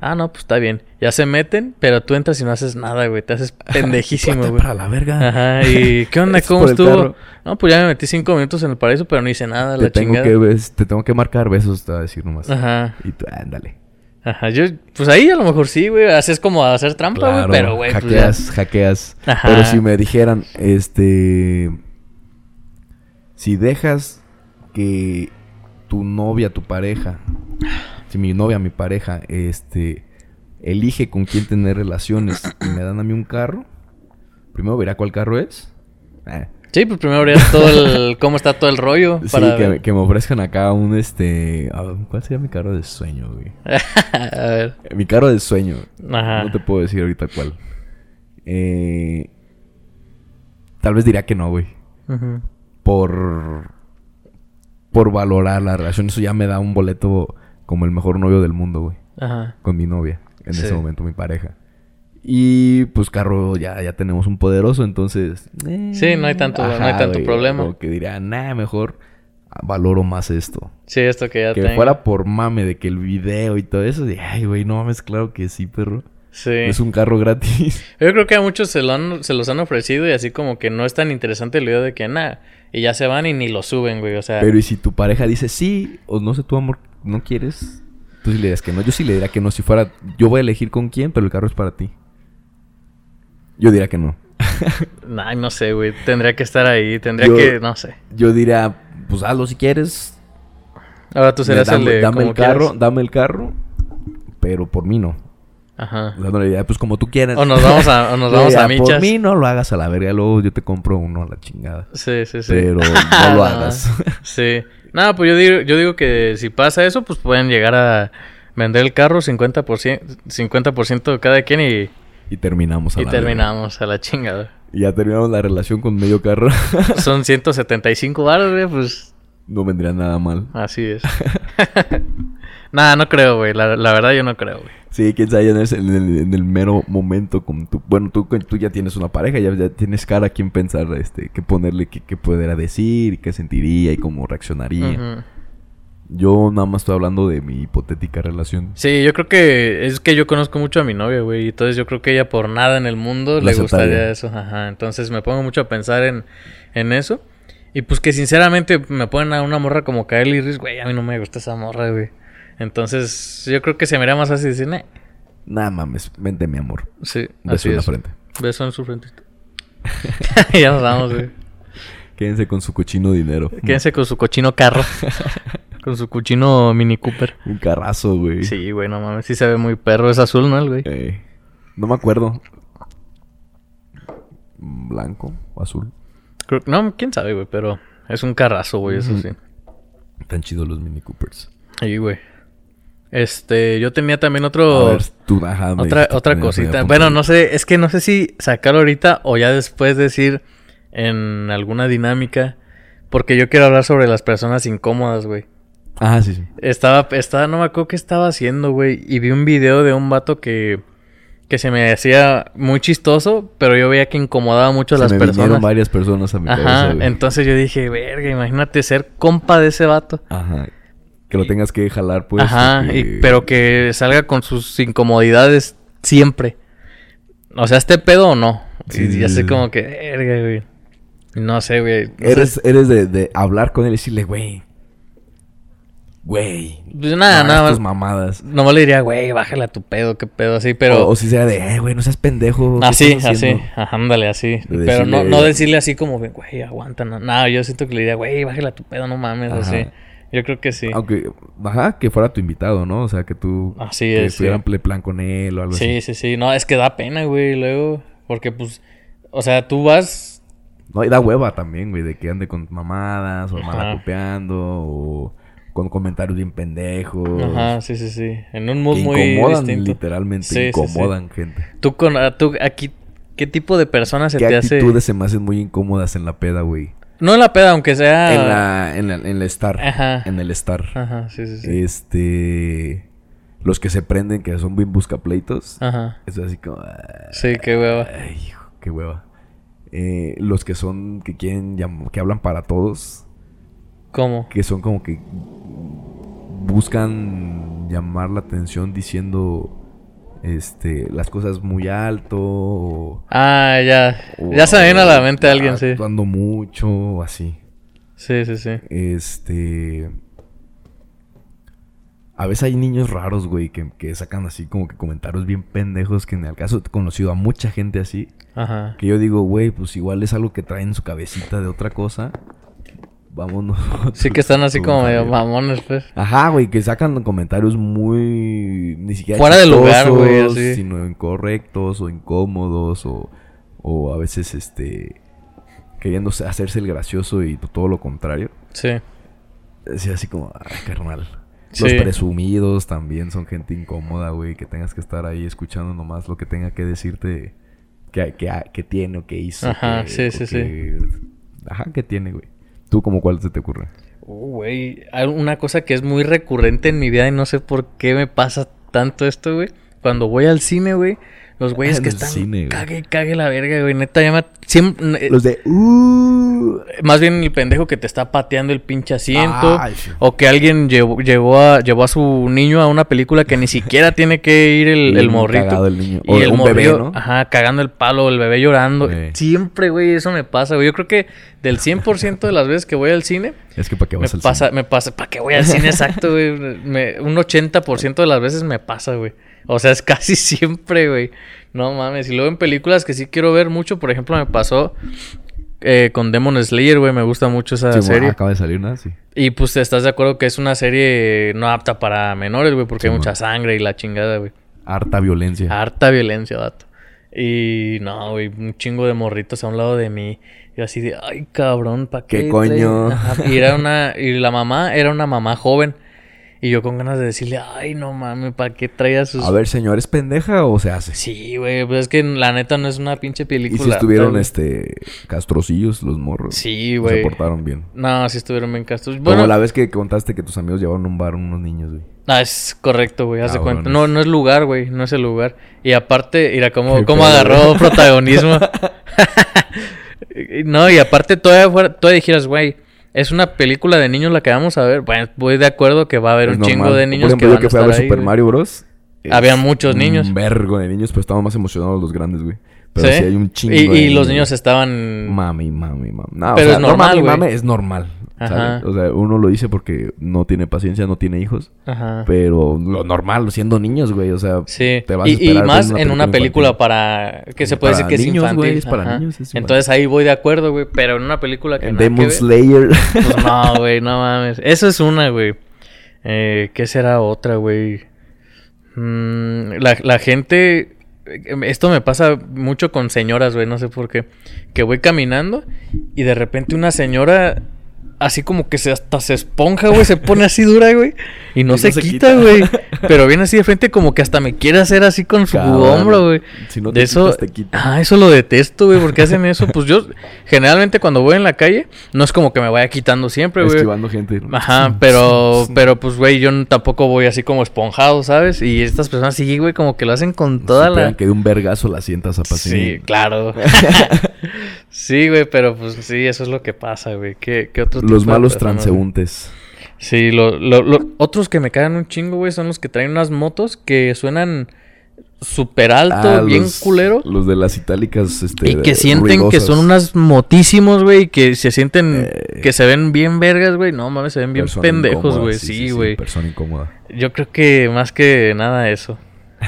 Ah, no, pues está bien. Ya se meten, pero tú entras y no haces nada, güey. Te haces pendejísimo,
Vete
güey.
para la verga.
Ajá, y ¿qué onda?
Es
¿Cómo
por el
estuvo?
carro.
No, pues ya me metí cinco minutos en el paraíso, pero no hice nada,
Te
la
tengo,
chingada.
que, bes- te tengo que marcar besos, te voy a decir nomás.
Ajá,
Y tú, ándale.
ajá. Yo, pues ahí a lo mejor sí, güey. Haces como hacer trampa, güey,
Claro,
pero, güey, pues ya.
hackeas, hackeas.
Ajá.
Pero si me dijeran, este, si dejas que tu novia, tu pareja, si mi novia, mi pareja, este, elige con quién tener relaciones y me dan a mí un carro, primero verá cuál carro es. Eh,
Sí, pues primero verías todo el... cómo está todo el rollo.
sí,
para
que,
ver.
que me ofrezcan acá un, este, a ver, ¿cuál sería mi carro de sueño, güey?
a ver.
Mi carro de sueño.
Ajá.
No te puedo decir ahorita cuál. Eh, tal vez diría que no, güey.
Ujú.
Por. Por valorar la relación. Eso ya me da un boleto como el mejor novio del mundo, güey.
Ajá.
Con mi novia. En
Sí.
ese momento, mi pareja. Y pues carro, ya, ya tenemos un poderoso, entonces. eh,
Sí, no hay tanto- no hay tanto problema.
Como que diría, nah, mejor valoro más esto.
Sí, esto que ya
que
tengo.
fuera por mame de que el video y todo eso. de, Ay, güey, no mames, claro que sí, perro.
Sí.
Es un carro gratis.
Yo creo que a muchos se, lo han- se los han ofrecido y así como que no es tan interesante el video de que nada. Y ya se van y ni lo suben, güey. O sea,
Pero y si tu pareja dice sí, o no sé, tu amor, no quieres, tú sí le dirías que no. Yo sí le diría que no. Si fuera, yo voy a elegir con quién, pero el carro es para ti. Yo diría que no.
nah, no sé, güey. Tendría que estar ahí. Tendría
Yo-
que, no sé.
Yo diría, pues hazlo si quieres.
Ahora tú serás
dame
el de.
dame
como
el carro,
quieras.
dame el carro, pero por mí no.
Ajá.
Dándole la idea, pues como tú quieras.
O nos vamos a, o nos
Yo
vamos a
diría, Por
michas.
mí no lo hagas a la verga, luego yo te compro uno a la chingada.
Sí, sí, Ah. sí.
Pero no lo hagas.
sí. Nada, pues yo digo, yo digo que si pasa eso, pues pueden llegar a vender el carro 50%, 50% de cada quien y,
y terminamos Pues a
y
la verga.
terminamos a la chingada.
Y ya terminamos la relación con medio carro.
Son 175 baros, güey, pues
no vendría nada mal.
así es. Nada, no creo, güey. La, la verdad yo no creo, güey.
Sí, quién sabe, en, ese- en el, en el mero momento con tu... Bueno, tú, tú ya tienes una pareja, ya, ya tienes cara a quien pensar, este, qué ponerle, qué, qué pudiera decir, qué sentiría y cómo reaccionaría.
Ujú.
Yo nada más estoy hablando de mi hipotética relación.
Sí, yo creo que es que yo conozco mucho a mi novia, güey. y Entonces yo creo que ella por nada en el mundo
Lo
le
aceptaría.
gustaría eso. Ajá. Entonces me pongo mucho a pensar en, en eso. Y pues que sinceramente me ponen a una morra como Kylie Reese, güey. A mí no me gusta esa morra, güey. Entonces yo creo que se me haría más fácil decir, "Nah".
Nada mames, vente mi amor.
Sí,
Beso
así
en la
es.
frente.
Beso en su frente. ya nos vamos, güey.
Quédense con su cochino dinero.
Quédense con su cochino carro. con su cochino Mini Cooper.
Un carrazo, güey.
Sí, güey, no mames. Sí se ve muy perro. Es azul, ¿no, el güey?
Eh, no me acuerdo. Blanco o azul.
Creo- no, quién sabe, güey, pero es un carrazo, güey, eso sí.
Tan chidos los Mini Coopers.
Ahí, güey. Este, yo tenía también otro...
A ver, tú, ajá, me
otra
dijiste que
otra
tenías medio
cosita.
punto
Bueno,
de-
no sé, es que no sé si sacarlo ahorita o ya después decir en alguna dinámica. Porque yo quiero hablar sobre las personas incómodas, güey.
Ah, sí, sí.
Estaba, estaba, no me acuerdo qué estaba haciendo, güey. Y vi un video de un vato que, que se me hacía muy chistoso, pero yo veía que incomodaba mucho a
Se
las
me
personas.
vinieron varias personas a mi
Ajá,
cabeza, güey.
entonces yo dije, verga, imagínate ser compa de ese vato.
Ajá. Que lo tengas que jalar, pues.
Ajá,
porque-
y- pero que salga con sus incomodidades siempre. O sea, este pedo o no.
Sí,
y
sí,
ya
sí,
sé
sí.
como que, verga, güey. No sé, güey. No sé.
Eres, eres de, de hablar con él y decirle, güey. Güey.
Pues nada,
no hagas
nada más.
tus mamadas.
Nomás le diría, güey, bájale a tu pedo, qué pedo, así, pero.
O, o si sea de, eh, güey, no seas pendejo. ¿qué
Así,
estás
así,
haciendo?"
Ajá, ándale, así.
De
Pero no,
decirle-
no decirle así como, güey, aguanta, no. No, yo siento que le diría, güey, bájale a tu pedo, no mames,
Ajá.
así. Yo creo que sí.
Aunque, ajá, que fuera tu invitado, ¿no? O sea, que tú...
Así
que
es, sí.
estuvieran ple- plan con él o algo
Sí,
así.
sí, sí. No, es que da pena, güey, luego. Porque, pues, o sea, tú vas.
No, y da hueva también, güey, de que ande con mamadas o malacopeando o con comentarios bien pendejos.
Ajá, sí, sí, sí. En un mood
que
muy
incomodan,
distinto.
literalmente,
Sí, sí, sí.
incomodan gente.
Tú con. ah, Tú, aquí, ¿Qué tipo de persona se
¿Qué
te hace.?
actitudes se me hacen muy incómodas en la peda, güey?
No en la peda, aunque sea.
En la, en la, en la estar.
Ah. Ajá.
En el estar.
Ajá, sí, sí, sí.
Este. Los que se prenden, que son bien buscapleitos.
Ajá.
Es así como. ah,
Sí, qué hueva.
Ay, hijo, qué hueva. Eh, los que son, que quieren, llam- que hablan para todos.
¿Cómo?
Que son como que. Buscan llamar la atención diciendo. Este, las cosas muy alto. O,
Ah, ya.
o-
Ya se me vino a la mente
o
alguien, sí.
Actuando mucho, o así.
Sí, sí, sí.
Este. A veces hay niños raros, güey, que, que sacan así como que comentarios bien pendejos que en el caso he conocido a mucha gente así.
Ajá.
Que yo digo, güey, pues igual es algo que traen en su cabecita de otra cosa. Vámonos.
Sí que están así
con
como medio
Javier.
mamones, pues.
Ajá, güey, que sacan comentarios muy. Ni siquiera.
Fuera de lugar, güey,
chistosos,
así.
Sino incorrectos o incómodos o, o a veces este. Queriendo hacerse el gracioso y todo lo contrario.
Sí.
Decía así como, ay, carnal. Los
Sí.
presumidos también son gente incómoda, güey. Que tengas que estar ahí escuchando nomás lo que tenga que decirte. Que, que, que tiene o que hizo.
Ajá,
que-
sí, sí,
o que- Ajá, que tiene, güey. ¿Tú como cuál se te ocurre?
Uh, güey, hay una cosa que es muy recurrente en mi vida y no sé por qué me pasa tanto esto, güey. Cuando voy al cine, güey, los güeyes
Ah, en
que
el
están
cine, güey.
cague, y cague la verga, güey, neta ya me siem- eh,
Los de... Uh,
más bien el pendejo que te está pateando el pinche asiento
Ay, sí.
o que alguien llevó, llevó a llevó a su niño a una película que ni siquiera tiene que ir el, el
bien
morrito.
cagado el niño.
Y
O
el
un
morrillo, ah,
bebé, ¿no?
ajá, cagando el palo, el bebé llorando.
Sí.
Siempre, güey, eso me pasa, güey. Yo creo que del 100% de las veces que voy al cine,
Es que para qué
me
vas al
pasa,
cine.
me pasa, ¿para qué voy al cine exacto, güey? Me- un 80% de las veces me pasa, güey. O sea, es casi siempre, güey. No mames. Y luego en películas que sí quiero ver mucho, por ejemplo, me pasó eh, con Demon Slayer, güey. Me gusta mucho esa
Sí, bueno, ah,
serie.
Acaba de salir una, sí.
Y pues estás de acuerdo que es una serie no apta para menores, güey, porque
Sí,
hay mucha
man.
sangre y la chingada, güey.
Harta violencia.
Harta violencia, vato. Y no, güey, un chingo de morritos a un lado de mí. Yo así de, ay, cabrón, ¿pa' qué?
¿Qué coño?
le-?" Ajá, Y, era una, y la mamá era una mamá joven. Y yo con ganas de decirle, ay, no mames, ¿pa' qué traía sus.
A ver, señor, ¿es pendeja o se hace?
pues, Sí, güey, pues es que la neta no es una pinche
Y
película.
si estuvieron,
tal.
este... Castrocillos los morros. pues,
Sí,
Se
güey.
portaron bien.
No, sí estuvieron bien castros.
Como
Bueno,
la vez que contaste que tus amigos llevaron a un bar unos niños, güey.
ah, es correcto, güey, haz de cuenta.
Cabrones.
No, no es lugar, güey, no es el lugar. Y aparte, mira cómo,
Qué
cómo
pedo,
agarró
güey.
protagonismo. No, y aparte todavía, fuera, todavía dijeras, güey, es una película de niños la que vamos a ver. Bueno, voy de acuerdo que va a haber
Es
un chingo
normal.
de niños
Por ejemplo,
que
yo
van
que
a
fui a
estar
ver
ahí,
Super
güey.
Mario Bros.
Había muchos niños.
Un vergo de niños, pero estábamos más emocionados los grandes, güey. Pero
¿Sí?
sí, hay un chingo
Y,
de
y los niños estaban...
Mami, mami, mami. No,
Mm. Pero
o sea,
es
no
normal,
mami,
güey.
mami, es normal. ¿sabes?
Ajá.
O sea, uno lo dice porque no tiene paciencia, no tiene hijos.
Ajá.
Pero lo normal, siendo niños, güey. O sea,
Ah. Sí,
te vas a
y, y
esperar ver
más en una película
infantil.
para... Que se puede
Para
decir que
niños,
es infantil.
güey, es para
ajá.
niños, es infantil.
Entonces ahí voy de acuerdo, güey, pero en una película que...
En
nada que
Demon
ver.
Slayer.
Pues no, güey, no mames. Eso es una, güey. Eh, ¿Qué será otra, güey? Mm, la, la gente... Esto me pasa mucho con señoras, güey, no sé por qué. Que voy caminando y de repente una señora... Así como que se hasta se esponja, güey, se pone así dura, güey. Y no,
Y no
se,
se
quita,
quita.
güey. Pero viene así de frente como que hasta me quiere hacer así con su
Cabrón.
hombro, güey.
Si no
De
te
eso,
quitas, te quitas.
ah, eso lo detesto, güey, porque hacen eso. Pues yo, generalmente cuando voy en la calle, no es como que me vaya quitando siempre, güey.
Esquivando gente. ¿no?
Ajá, pero, pero pues, güey, yo n- tampoco voy así como esponjado, ¿sabes? Y estas personas sí, güey, como que lo hacen con toda
Esperan
la...
que de un vergazo la sientas a pasar.
Sí, claro. sí, güey, pero pues sí, eso es lo que pasa, güey. ¿Qué, qué otro tipo
Los
de
malos
personas, güey?
transeúntes.
Sí, lo, lo- lo- otros que me cagan un chingo, güey, son los que traen unas motos que suenan súper alto,
Ah,
bien
los-
culero.
Los de las itálicas, este.
Y que sienten que son
unas
unas motísimos, güey, y que se sienten,
Eh.
que se ven bien vergas, güey. No mames, se ven bien
Persona
pendejos,
incómoda,
güey. Sí, güey.
persona incómoda.
Yo creo que más que nada eso.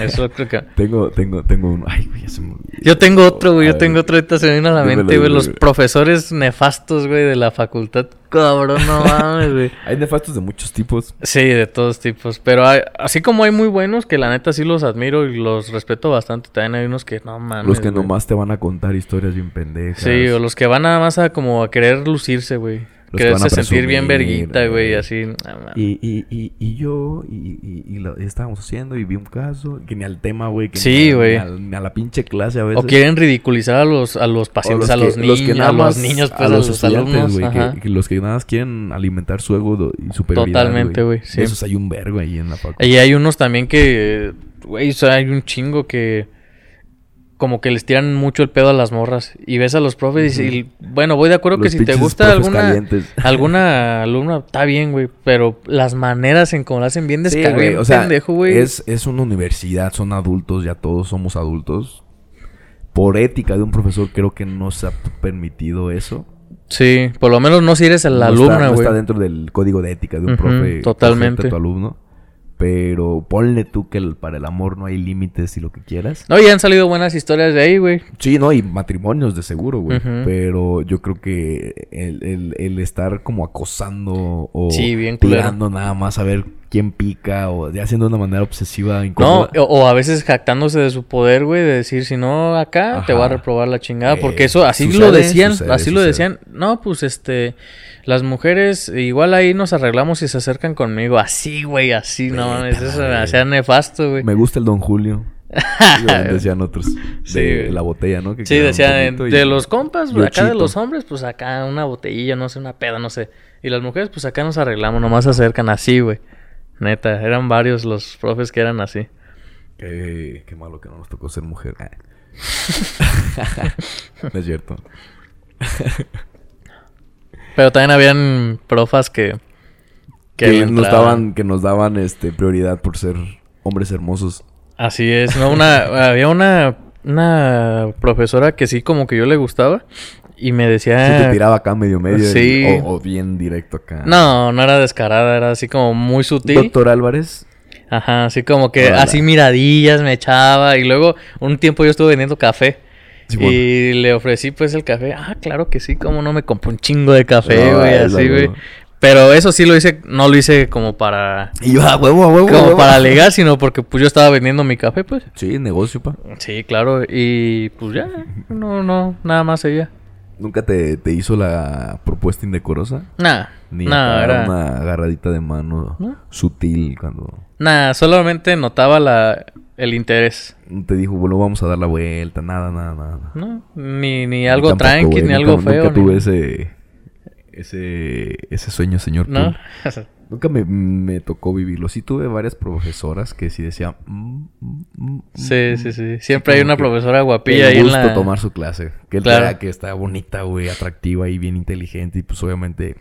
Eso creo que...
Tengo, tengo, tengo uno. Ay, güey, ya se me olvidó.
Yo tengo otro, güey.
A
Yo
ver.
tengo otro. Ahorita se me vino a la
Dímelo,
mente, güey.
dímelo,
Los
güey.
profesores nefastos, güey, de la facultad. Cabrón, no mames, güey.
Hay nefastos de muchos tipos.
Sí, de todos tipos. Pero hay- así como hay muy buenos que la neta sí los admiro y los respeto bastante, también hay unos que no mames.
los que
Ah, güey.
nomás te van a contar historias bien pendejas.
Sí, o los que van nada más a como a querer lucirse, güey.
Los que van
Quererse
a
sentir bien
presumir,
verguita, güey,
eh.
así. no mames.
Y, y, y, y yo, y, y, y lo- estábamos haciendo y vi un caso, que ni al tema, güey. que
Sí,
ni a-
güey.
Ni, al- ni a la pinche clase a veces.
O quieren ridiculizar a los, a los
O
pacientes, a los
que-
niños,
que nada
a los
más-
niños, pues,
a los, estudiantes,
alumnos.
güey, que-
ajá.
que los que nada más quieren alimentar su ego do- y superioridad.
Totalmente, güey, sí.
De Esos hay un vergo ahí en la facultad.
Y hay unos también que, güey, o sea, hay un chingo que como que les tiran mucho el pedo a las morras. Y ves a los profes y, y, bueno, voy de acuerdo que si te gusta alguna alguna alumna, está bien, güey, pero las maneras en cómo la hacen bien
Sí,
descarado,
güey,
bien
o sea,
pendejo, güey.
Es, es una universidad, son adultos, ya todos somos adultos. Por ética de un profesor creo que no se ha permitido eso.
Sí, por lo menos no si eres la
no está,
alumna,
no
güey.
está dentro del código de ética de un
Ujú,
profe.
totalmente.
que acepta a tu alumno. Pero ponle tú que el- para el amor no hay límites y lo que quieras.
No, ya han salido buenas historias de ahí, güey.
Sí, no, y matrimonios de seguro, güey.
Ujú.
Pero yo creo que el, el- el estar como acosando o
Sí, bien culero.
tirando nada más a ver quién pica o ya haciendo de una manera obsesiva,
No,
incómoda.
o, o a veces jactándose de su poder, güey, de decir, si no acá, te
Ajá.
voy a reprobar la chingada.
Eh,
porque eso, así
sucede,
lo decían,
sucede,
así lo
sucede.
decían. No, pues este, las mujeres, igual ahí nos arreglamos y se acercan conmigo. Así, güey, así, no
Vete
mames,
a la
eso me
verga.
hacía nefasto, güey.
Me gusta el Don Julio. Digo, decían otros.
Sí,
de
güey.
la botella, ¿no? Que
Sí,
quedaba un
decía, de,
poquito y-
de los compas,
y
acá de
ochito.
los hombres, pues acá una botellilla, no sé, una peda, no sé. Y las mujeres, pues acá nos arreglamos, nomás se acercan así, güey. Neta, eran varios los profes que eran así.
Qué, qué malo que no nos tocó ser mujer. no es cierto.
Pero también habían profas que...
Que,
le
nos
entraban.
daban, que nos daban este prioridad por ser hombres hermosos.
Así es, ¿no? Una, había una, una profesora que sí como que yo le gustaba y me
Sí, te
decía...
tiraba acá medio medio. el-
Ah. Sí.
o, o bien directo acá.
No, no era descarada, era así como muy sutil.
Doctor Álvarez.
Ajá, así como que
Órala.
así miradillas me echaba y luego un tiempo yo estuve vendiendo café.
Simón.
Y le ofrecí pues el café. Ah, claro que sí, cómo no me compró un chingo de café,
Ah,
güey,
esa,
así, güey.
huevo.
Pero eso sí lo hice, no lo hice como para
Y yo, ah, huevo, a huevo. a
como
huevo.
para alegar, sino porque pues yo estaba vendiendo mi café, pues.
Sí, negocio, pa.
Sí, claro, y pues ya, no, no, nada más ella.
¿Nunca te, te hizo la propuesta indecorosa?
Nada,
Ni
nada,
acá
era...
una agarradita de mano
¿No?
sutil cuando
Nada, solamente notaba la, el interés.
te dijo, bueno, vamos a dar la vuelta, nada, nada, nada.
¿no? Ni, ni algo
Tampoco,
tranqui,
güey,
ni
nunca-
algo feo.
Nunca
ni-
tuve ese, ese, ese sueño, señor.
¿No?
Poole. Nunca me, me tocó vivirlo. Sí tuve varias profesoras que sí decían... "Mm, mm, mm,
sí,
mm".
sí, sí. Siempre hay
como
una
que-
profesora
Que
guapilla ahí
le
en
gusta
la...
tomar su clase. Que,
Claro.
está, que está bonita, güey, atractiva y bien inteligente. Y pues obviamente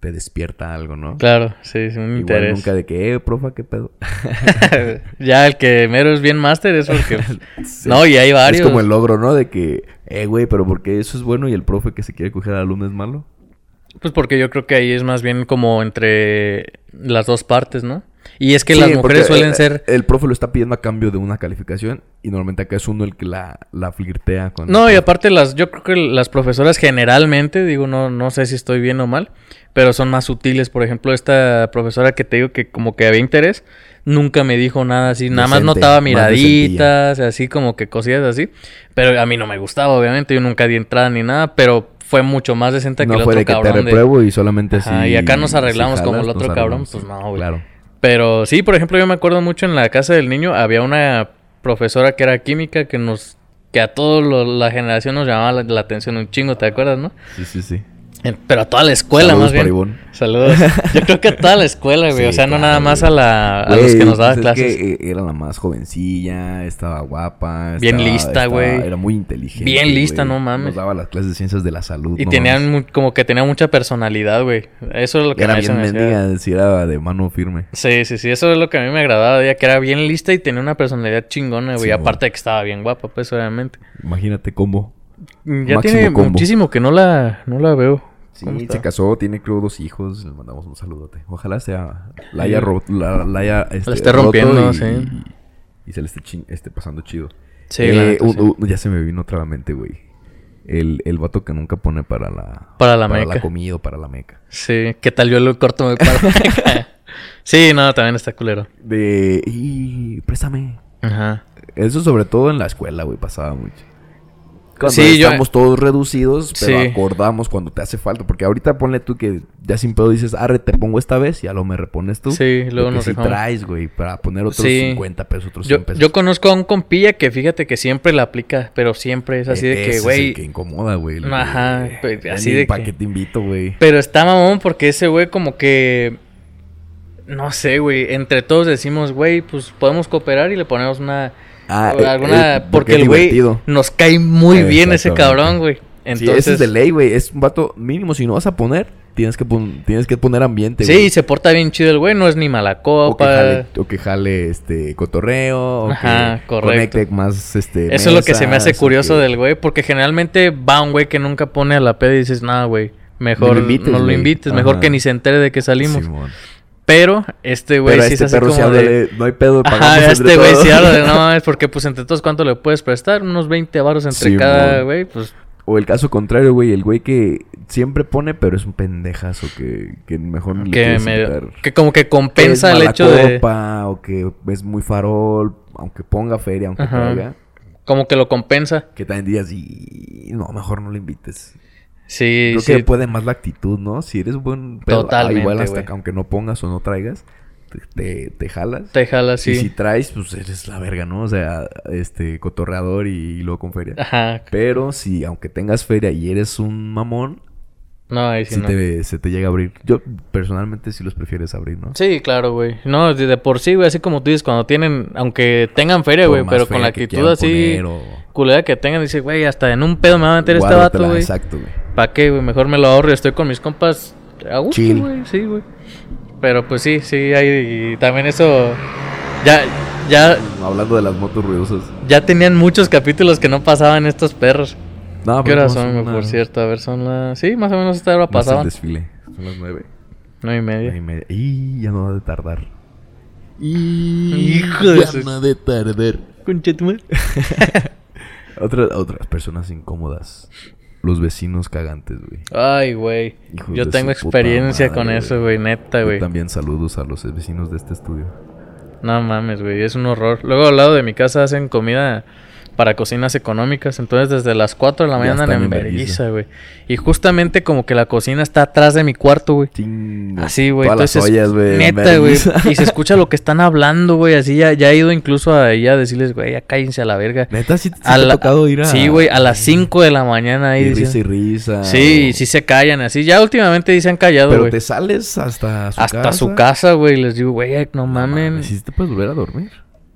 te despierta algo, ¿no?
Claro, sí, sí, un
Igual
interés.
nunca de que, eh, profa, qué pedo.
ya el que mero es bien máster es porque...
Sí.
No, y hay varios.
Es como el logro, ¿no? De que, eh, güey, pero porque eso es bueno y el profe que se quiere coger al alumno es malo.
Pues porque yo creo que ahí es más bien como entre las dos partes, ¿no? Y es que las
Sí, porque,
mujeres suelen
eh,
ser...
El profe lo está pidiendo a cambio de una calificación y normalmente acá es uno el que la, la flirtea con.
No, y aparte las, yo creo que las profesoras generalmente, digo, no, no sé si estoy bien o mal, pero son más sutiles. Por ejemplo, esta profesora que te digo que como que había interés, nunca me dijo nada así, nada más
Decente,
notaba
más
miraditas, así como que cosillas así. Pero a mí no me gustaba, obviamente, yo nunca di entrada ni nada, pero fue mucho más decente que
No
el
fue
otro
de que te
cabrón. de-
repruebo y solamente así.
Ajá, y acá nos
si
arreglamos como el
nos
otro cabrón,
arreglamos.
pues no, güey.
Claro.
Pero sí, por ejemplo, yo me acuerdo mucho en la casa del niño había una profesora que era química que nos que a toda la generación nos llamaba la, la atención un chingo, ¿te acuerdas, no?
Sí, sí, sí.
En- Pero a toda la escuela
Saludos
más bien.
para Ivonne.
Saludos. Yo creo que a toda la escuela, güey,
Sí,
o sea, no
claro,
nada más a la a los
Güey,
que nos daba
pues es
clases.
que, eh, era la más jovencilla, estaba guapa.
Bien
estaba-
lista,
estaba-
güey.
Era muy inteligente.
Bien lista,
güey.
no mames.
Nos daba las clases de ciencias de la salud.
y
no mames.
tenían mu- como que tenía mucha personalidad, güey. Eso es lo que
Era
a mí se
bien
me hacía-
mendiga, si era de mano firme.
Sí, sí, sí, eso es lo que a mí me agradaba, ya que era bien lista y tenía una personalidad chingona, güey,
Sí, güey.
aparte de que estaba bien guapa, pues obviamente.
Imagínate cómo.
Ya
Máximo
tiene
combo.
muchísimo que no la, no la veo.
Sí,
¿Cómo está?
se casó, tiene creo dos hijos, le mandamos un saludote. Ojalá sea la haya roto, la, la haya este,
esté
roto
rompiendo,
y-
sí.
y se le esté, chin- esté pasando chido.
Sí,
Eh,
la neta,
u-
sí.
u- Ya se me vino otra a la mente, güey. El, el vato que nunca pone para la...
Para la meca.
comida o para la meca.
Sí, ¿qué tal yo lo corto me paro? sí, no, también está culero.
De... Y... Préstame.
Ajá.
Eso sobre todo en la escuela, güey, pasaba mucho. Cuando
Sí, yo-
estamos todos reducidos, pero
Sí.
acordamos cuando te hace falta. Porque ahorita ponle tú que ya sin pedo dices, arre, te pongo esta vez y a lo me repones tú.
Sí,
Lo
luego
que
nos
sí
rifamos.
traes, güey, para poner otros
Sí.
50 pesos, otros
Yo,
100 pesos.
yo conozco a un compilla que fíjate que siempre la aplica, pero siempre es así
E-
de
ese
que,
es el que
güey.
incomoda, güey. lo que-
Ajá,
eh,
pues,
ya
así
ni
de
¿Para
que-
qué te invito, güey?
Pero está mamón porque ese güey como que... No sé, güey. Entre todos decimos, güey, pues podemos cooperar y le ponemos una...
Ah, eh,
alguna...
eh,
porque
es
el güey
divertido.
nos cae muy bien ese
Exactamente.
cabrón, güey.
Sí, ese
Entonces...
es de ley, güey. Es un vato mínimo. Si no vas a poner, tienes que, pon- tienes que poner ambiente,
Sí,
güey.
se porta bien chido el güey, no es ni mala
O que,
copa.
jale, o que jale, este cotorreo, o
Ajá,
que
correcto.
conecte más este
Eso es lo que se me hace
mesas, o
curioso
que-
del güey, porque generalmente va un güey que nunca pone a la peda y dices, nada, güey, mejor
lo
no lo
invites,
invites,
güey".
mejor
Ajá.
que ni se entere de que salimos.
Simón.
Pero este güey
Pero
sí
este
es así
perro se
como
habla
de...
de, no hay pedo, pagamos
Ajá,
entre
este güey
todos".
sí habla de no mames, porque pues entre todos, ¿cuánto le puedes prestar? Unos 20 varos entre
Sí,
cada
mon.
güey, pues...
O el caso contrario, güey, el güey que siempre pone, pero es un pendejazo que, que mejor ni le
Que,
quieres
me-
invitar.
que como que
Que es
compensa el
mala
hecho de...
copa, o que es muy farol, aunque ponga feria, aunque
Ajá.
traiga,
Como que lo compensa.
que también digas y no, mejor no lo invites.
Sí,
Creo
sí.
que puede más la actitud, ¿no? Si eres buen pedo, ah,
Totalmente,
igual hasta
güey.
que aunque no pongas o no traigas, te, te, te jalas.
Te jala, sí.
Y si traes, pues eres la verga, ¿no? O sea, este cotorreador y, luego con feria.
Ajá.
Pero si aunque tengas feria y eres un mamón,
No, ahí sí,
sí
no.
te- se te llega a abrir. Yo personalmente sí los prefieres abrir, ¿no?
Sí, claro, güey. No, de, de por sí, güey, así como tú dices, cuando tienen, aunque tengan feria,
Por
güey,
más
pero con
feria
la
que
actitud
quieran
así
poner o-
culera que tengan, dice, güey, hasta en un pedo me va a meter este vato,
Guárdatela,
güey.
Exacto, güey.
¿Para qué, güey? Mejor me lo ahorro y estoy con mis compas a gusto,
Chill.
güey. Sí, güey. Pero pues sí, sí, hay. Y también eso. Ya, ya,
Hablando de las motos ruidosas.
ya tenían muchos capítulos que no pasaban estos perros.
Ah, No,
¿Qué
pero
hora
no,
son, güey?
pues, una-
Por cierto, a ver, son las. Sí, más o menos esta hora
no es el
pasaban.
desfile. Son las nueve.
Nueve y media.
nueve y media. Y ya no va a de tardar.
Hijo de su-
de tardar.
Concha tu madre.
Otra- otras personas incómodas. Los vecinos cagantes, güey.
Ay, güey.
Hijos
Yo
de
tengo
su puta
experiencia con
madre,
eso,
güey.
güey, neta,
Yo
güey.
también saludos a los vecinos de este estudio.
No mames, güey, es un horror. Luego al lado de mi casa hacen comida para cocinas económicas, entonces desde las 4 de la
Ya
mañana
están
andan
en
en
vergüenza.
vergüenza, güey. Y justamente como que la cocina está atrás de mi cuarto, güey.
Chinga.
Así, Ah, güey.
Todas las
entonces,
ollas, güey.
Neta, güey.
vergüenza.
Y se escucha lo que están hablando, güey. Así ya, ya he ido incluso a ella a decirles, güey, ya cállense a la verga.
Neta, sí, sí te
A
ha
la-
tocado ir a.
Sí, güey, a las 5 de la mañana ahí
Y risa y
dicen.
risa.
Sí,
o-
sí se callan, así. Ya últimamente dicen callado,
Pero
güey.
te sales hasta su
hasta
casa.
su casa, güey. Les digo, güey, no
No
mamen.
mames, ¿Sí te puedes volver a dormir?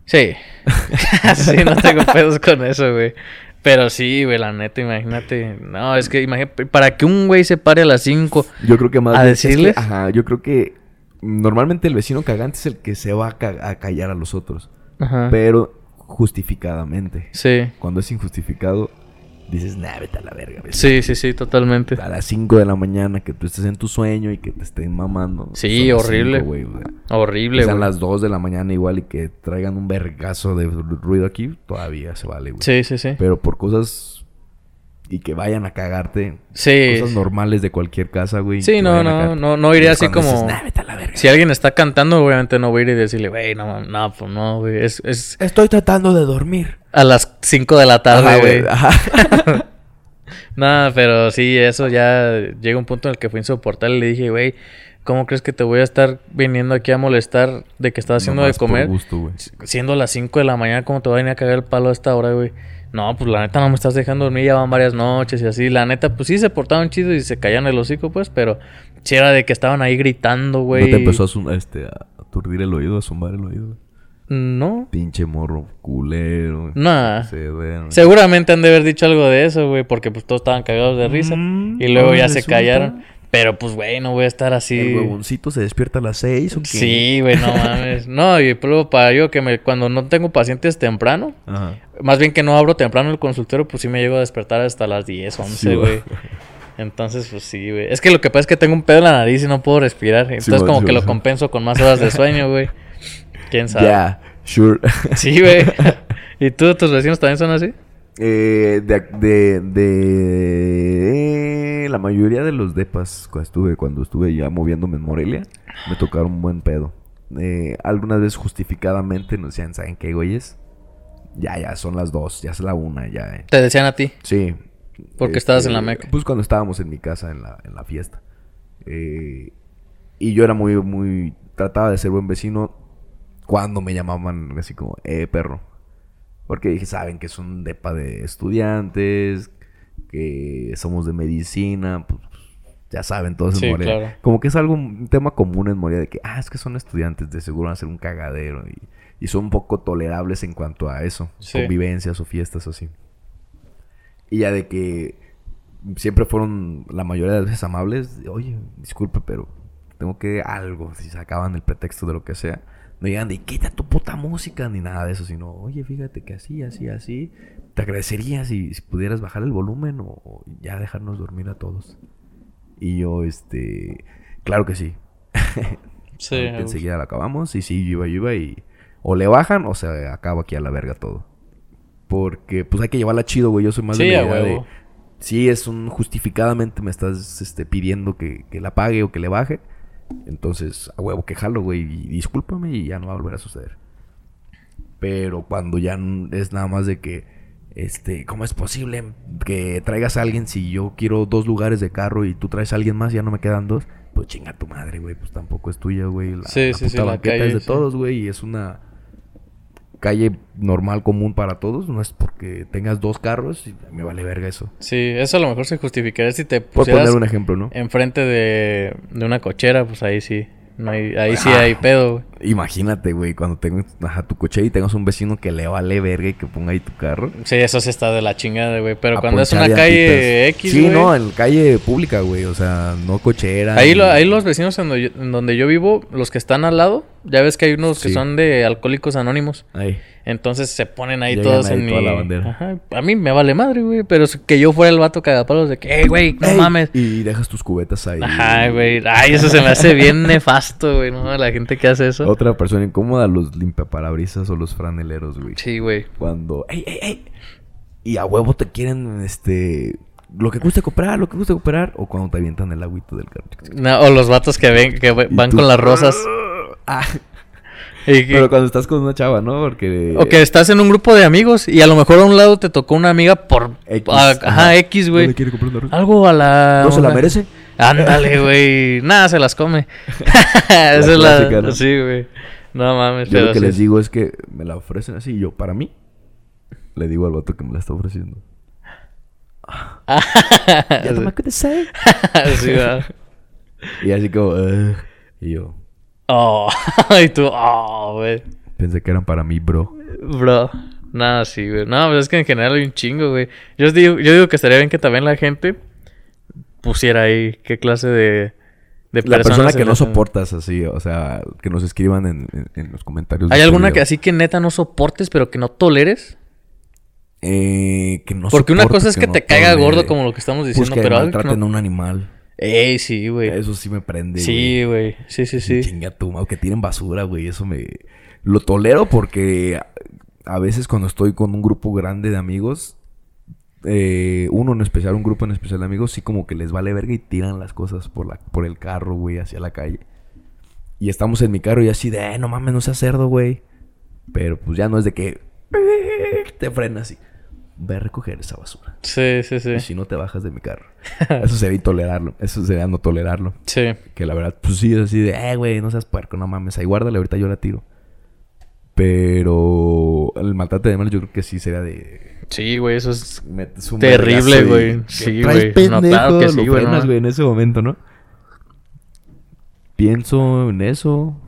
sí. sí, no tengo pedos con eso, güey. Pero sí, güey, la neta, imagínate. No, es que imagínate, para que un güey se pare a las 5.
Yo creo que más.
¿A
bien es que-
decirles?
ajá, yo creo que. Normalmente el vecino cagante es el que se va a, ca- a callar a los otros.
Ajá.
Pero justificadamente.
Sí.
Cuando es injustificado, dices, nah, vete a la verga. vete".
Sí, sí, sí, totalmente.
A las 5 de la mañana que tú estés en tu sueño y que te estén mamando.
Sí,
Son las
horrible.
cinco, güey, o sea,
Horrible,
que sean
güey.
las 2 de la mañana igual y que traigan un vergazo de ruido aquí, todavía se vale, güey.
Sí, sí, sí.
Pero por cosas y que vayan a cagarte.
Sí.
Cosas normales de cualquier casa, güey.
Eh, Sí,
que
no,
vayan a
no,
cagarte.
no, no iré
Es
así
cuando
como-
dices, "Nah, vete a la verga".
Si alguien está cantando, obviamente no voy a ir y decirle, güey, no, mam- no, pues no, güey. Es, es
Estoy tratando de dormir.
a las 5 de la
Ajá,
tarde, güey.
güey, ajá.
No, pero sí, eso ya llega un punto en el que fue insoportable. Le dije, güey, ¿cómo crees que te voy a estar viniendo aquí a molestar de que estás haciendo de
Nomás por
comer?
gusto, güey.
Siendo las 5 de la mañana, ¿cómo te voy a venir a cagar el palo a esta hora, güey? No, pues la neta no me estás dejando dormir, ya van varias noches y así. La neta, pues sí se portaban chido y se caían el hocico, pues, pero si era de que estaban ahí gritando, güey.
¿No te empezó a, zum- este, a aturdir el oído, a zumbar el oído?
No.
Pinche morro culero.
Nah.
Se ven.
Seguramente han de haber dicho algo de eso, güey, porque pues todos estaban cagados de risa.
Mm,
y luego
ahora
ya se
resulta.
callaron. Pero pues, güey, no voy a estar así.
El huevoncito se despierta a las 6 o qué?
Sí, güey, no mames. No, y pues, luego para yo que me, cuando no tengo pacientes temprano,
Ajá.
más bien que no abro temprano el consultorio, pues sí me llego a despertar hasta las 10, 11,
Sí,
güey.
güey.
Entonces, pues sí, güey. Es que lo que pasa es que tengo un pedo en la nariz y no puedo respirar. Entonces,
güey,
como
sí,
que
güey,
lo
sí.
compenso con más horas de sueño, güey. Quién sabe.
Ya. Sure.
Sí, güey. ¿Y tú, tus vecinos también son así?
Eh, de, de, de- la mayoría de los depas cuando estuve, cuando estuve ya moviéndome en Morelia, me tocaron un buen pedo. Eh, algunas veces justificadamente nos decían, ¿saben qué, güeyes? Ya, ya, son las dos, ya es la una, ya. eh".
Te decían a ti.
Sí.
Porque estabas en la meca.
Pues cuando estábamos en mi casa en la, en la fiesta. Eh, y yo era muy, muy. Trataba de ser buen vecino cuando me llamaban así como, eh, perro. Porque dije, saben que es un depa de estudiantes, que somos de medicina, pues ya saben todos en
Sí,
Morelia.
claro.
Como que es algo, un tema común en Morelia de que, ah, es que son estudiantes, de seguro van a ser un cagadero y, y son un poco tolerables en cuanto a eso,
Sí.
convivencias o fiestas o así. Y ya de que siempre fueron la mayoría de las veces amables, de, oye, disculpe, pero tengo que algo, si sacaban el pretexto de lo que sea. No llegan de quita tu puta música ni nada de eso, sino, oye, fíjate que así, así, así. Te agradecería si, si pudieras bajar el volumen o, o ya dejarnos dormir a todos. Y yo, este, claro que sí.
Sí.
Ahorita Enseguida la acabamos y sí, yo iba, yo iba y o le bajan o se acaba aquí a la verga todo. Porque pues hay que llevarla chido, güey. Yo soy más
Sí,
de la
a
idea de-
huevo.
Sí, es un justificadamente me estás este, pidiendo que, que la pague o que le baje. Entonces, a huevo que jalo, güey, y discúlpame y ya no va a volver a suceder. Pero cuando ya n- es nada más de que, este, ¿cómo es posible que traigas a alguien si yo quiero dos lugares de carro y tú traes a alguien más y ya no me quedan dos? Pues chinga tu madre, güey, pues tampoco es tuya, güey. La,
Sí,
la
sí, sí,
puta
la
banqueta
calle,
es de
sí.
todos, güey, y es una calle normal, común para todos. No es porque tengas dos carros y me vale verga eso.
Sí, eso a lo mejor se justificaría si te
Por
pusieras
poner un ejemplo, ¿no?
enfrente de, de una cochera, pues ahí sí. No hay, ahí sí
Ah.
hay pedo, güey.
Imagínate, güey, cuando tengas ajá, tu coche y tengas un vecino que le vale verga y que ponga ahí tu carro.
Sí, eso sí está de la chingada, güey. Pero
a
cuando es
ponchar
una calle
llantitas.
X,
Sí,
güey,
no, en calle pública, güey. O sea, no cochera.
Ahí,
ni-
lo- ahí los vecinos en donde, yo, en donde yo vivo, los que están al lado, ya ves que hay unos que
Sí.
son de alcohólicos anónimos.
Ahí.
Entonces se ponen ahí
Llegan
todos
ahí
en
toda
mi...
la bandera.
Ajá, A mí me vale madre, güey. Pero si- que yo fuera el vato cagapalos de que, "Ey, güey, no
Ey,
mames.
Y dejas tus cubetas ahí.
Ajá, güey. Ay, eso se me hace bien nefasto, güey. No, la gente que hace eso.
Otra persona incómoda, los limpiaparabrisas o los franeleros, güey.
Sí, güey.
Cuando, ¡ey, ey, ey! Y a huevo te quieren, este. Lo que guste comprar, lo que guste comprar. O cuando te avientan el agüito del carro.
No, o los vatos que ven, que ve-
Y
van
tú-
con las rosas.
Ah,
Y que-
pero cuando estás con una chava, ¿no? Porque.
o que estás en un grupo de amigos y a lo mejor a un lado te tocó una amiga por...
X,
a-
ajá.
Ah, ajá, X,
No le
güey.
quiere comprar una rosa.
Algo a la...
¿No se la
onda.
merece?
Ándale, güey. Nada, se las come. Esa es
clásica,
la...
¿no?
Sí, güey. No mames.
Yo lo
pero
que
sí.
les digo es que me la ofrecen así. Y yo, para mí, le digo al vato que me la está ofreciendo. Ya no me acuerdo, ¿sabe?
sí, va.
Y así como, "Ugh". y yo,
Oh, y tú, oh, güey.
pensé que eran para mí, bro.
Bro. Nada, sí, güey. No, pero es que en general hay un chingo, güey. Yo os digo, yo digo que estaría bien que también la gente pusiera ahí qué clase de, de
La persona
personas
que
en
no
la-
soportas así, o sea, que nos escriban en, en- en los comentarios.
¿Hay
de este
alguna
video.
que así que neta no soportes, pero que no toleres?
Eh, que no
Porque una
soporto,
cosa es que,
no
te caiga
tolere.
gordo como lo que estamos
Pues
diciendo,
que
pero algo que
maltraten
no...
a un animal.
Ey, sí, güey.
Eso sí me prende. güey.
Sí, güey. Sí, sí, sí.
Chinga tu madre, que tiren basura, güey. Eso me. Lo tolero porque a- a veces cuando estoy con un grupo grande de amigos, eh, uno en especial, un grupo en especial de amigos, sí como que les vale verga y tiran las cosas por, la, por el carro, güey, hacia la calle. Y estamos en mi carro y así de, "Eh, no mames, no seas cerdo, güey. Pero pues ya no es de que te frenas y ve a recoger esa basura.
Sí, sí,
Y
sí.
si no te bajas de mi carro. Eso sería intolerarlo. Eso sería no tolerarlo.
Sí.
Que la verdad, pues sí, es así de, eh, güey, no seas puerco, no mames, ahí guárdale, ahorita yo la tiro. Pero el maltrato de animales yo creo que sí sería de...
Sí, güey, eso es...
metes un
Terrible,
vergazo y-
güey.
que
Sí,
traes
güey. No, claro que
pendejo,
sí,
lo
güey,
frenas,
no.
güey, en ese momento, ¿no? Pienso en eso.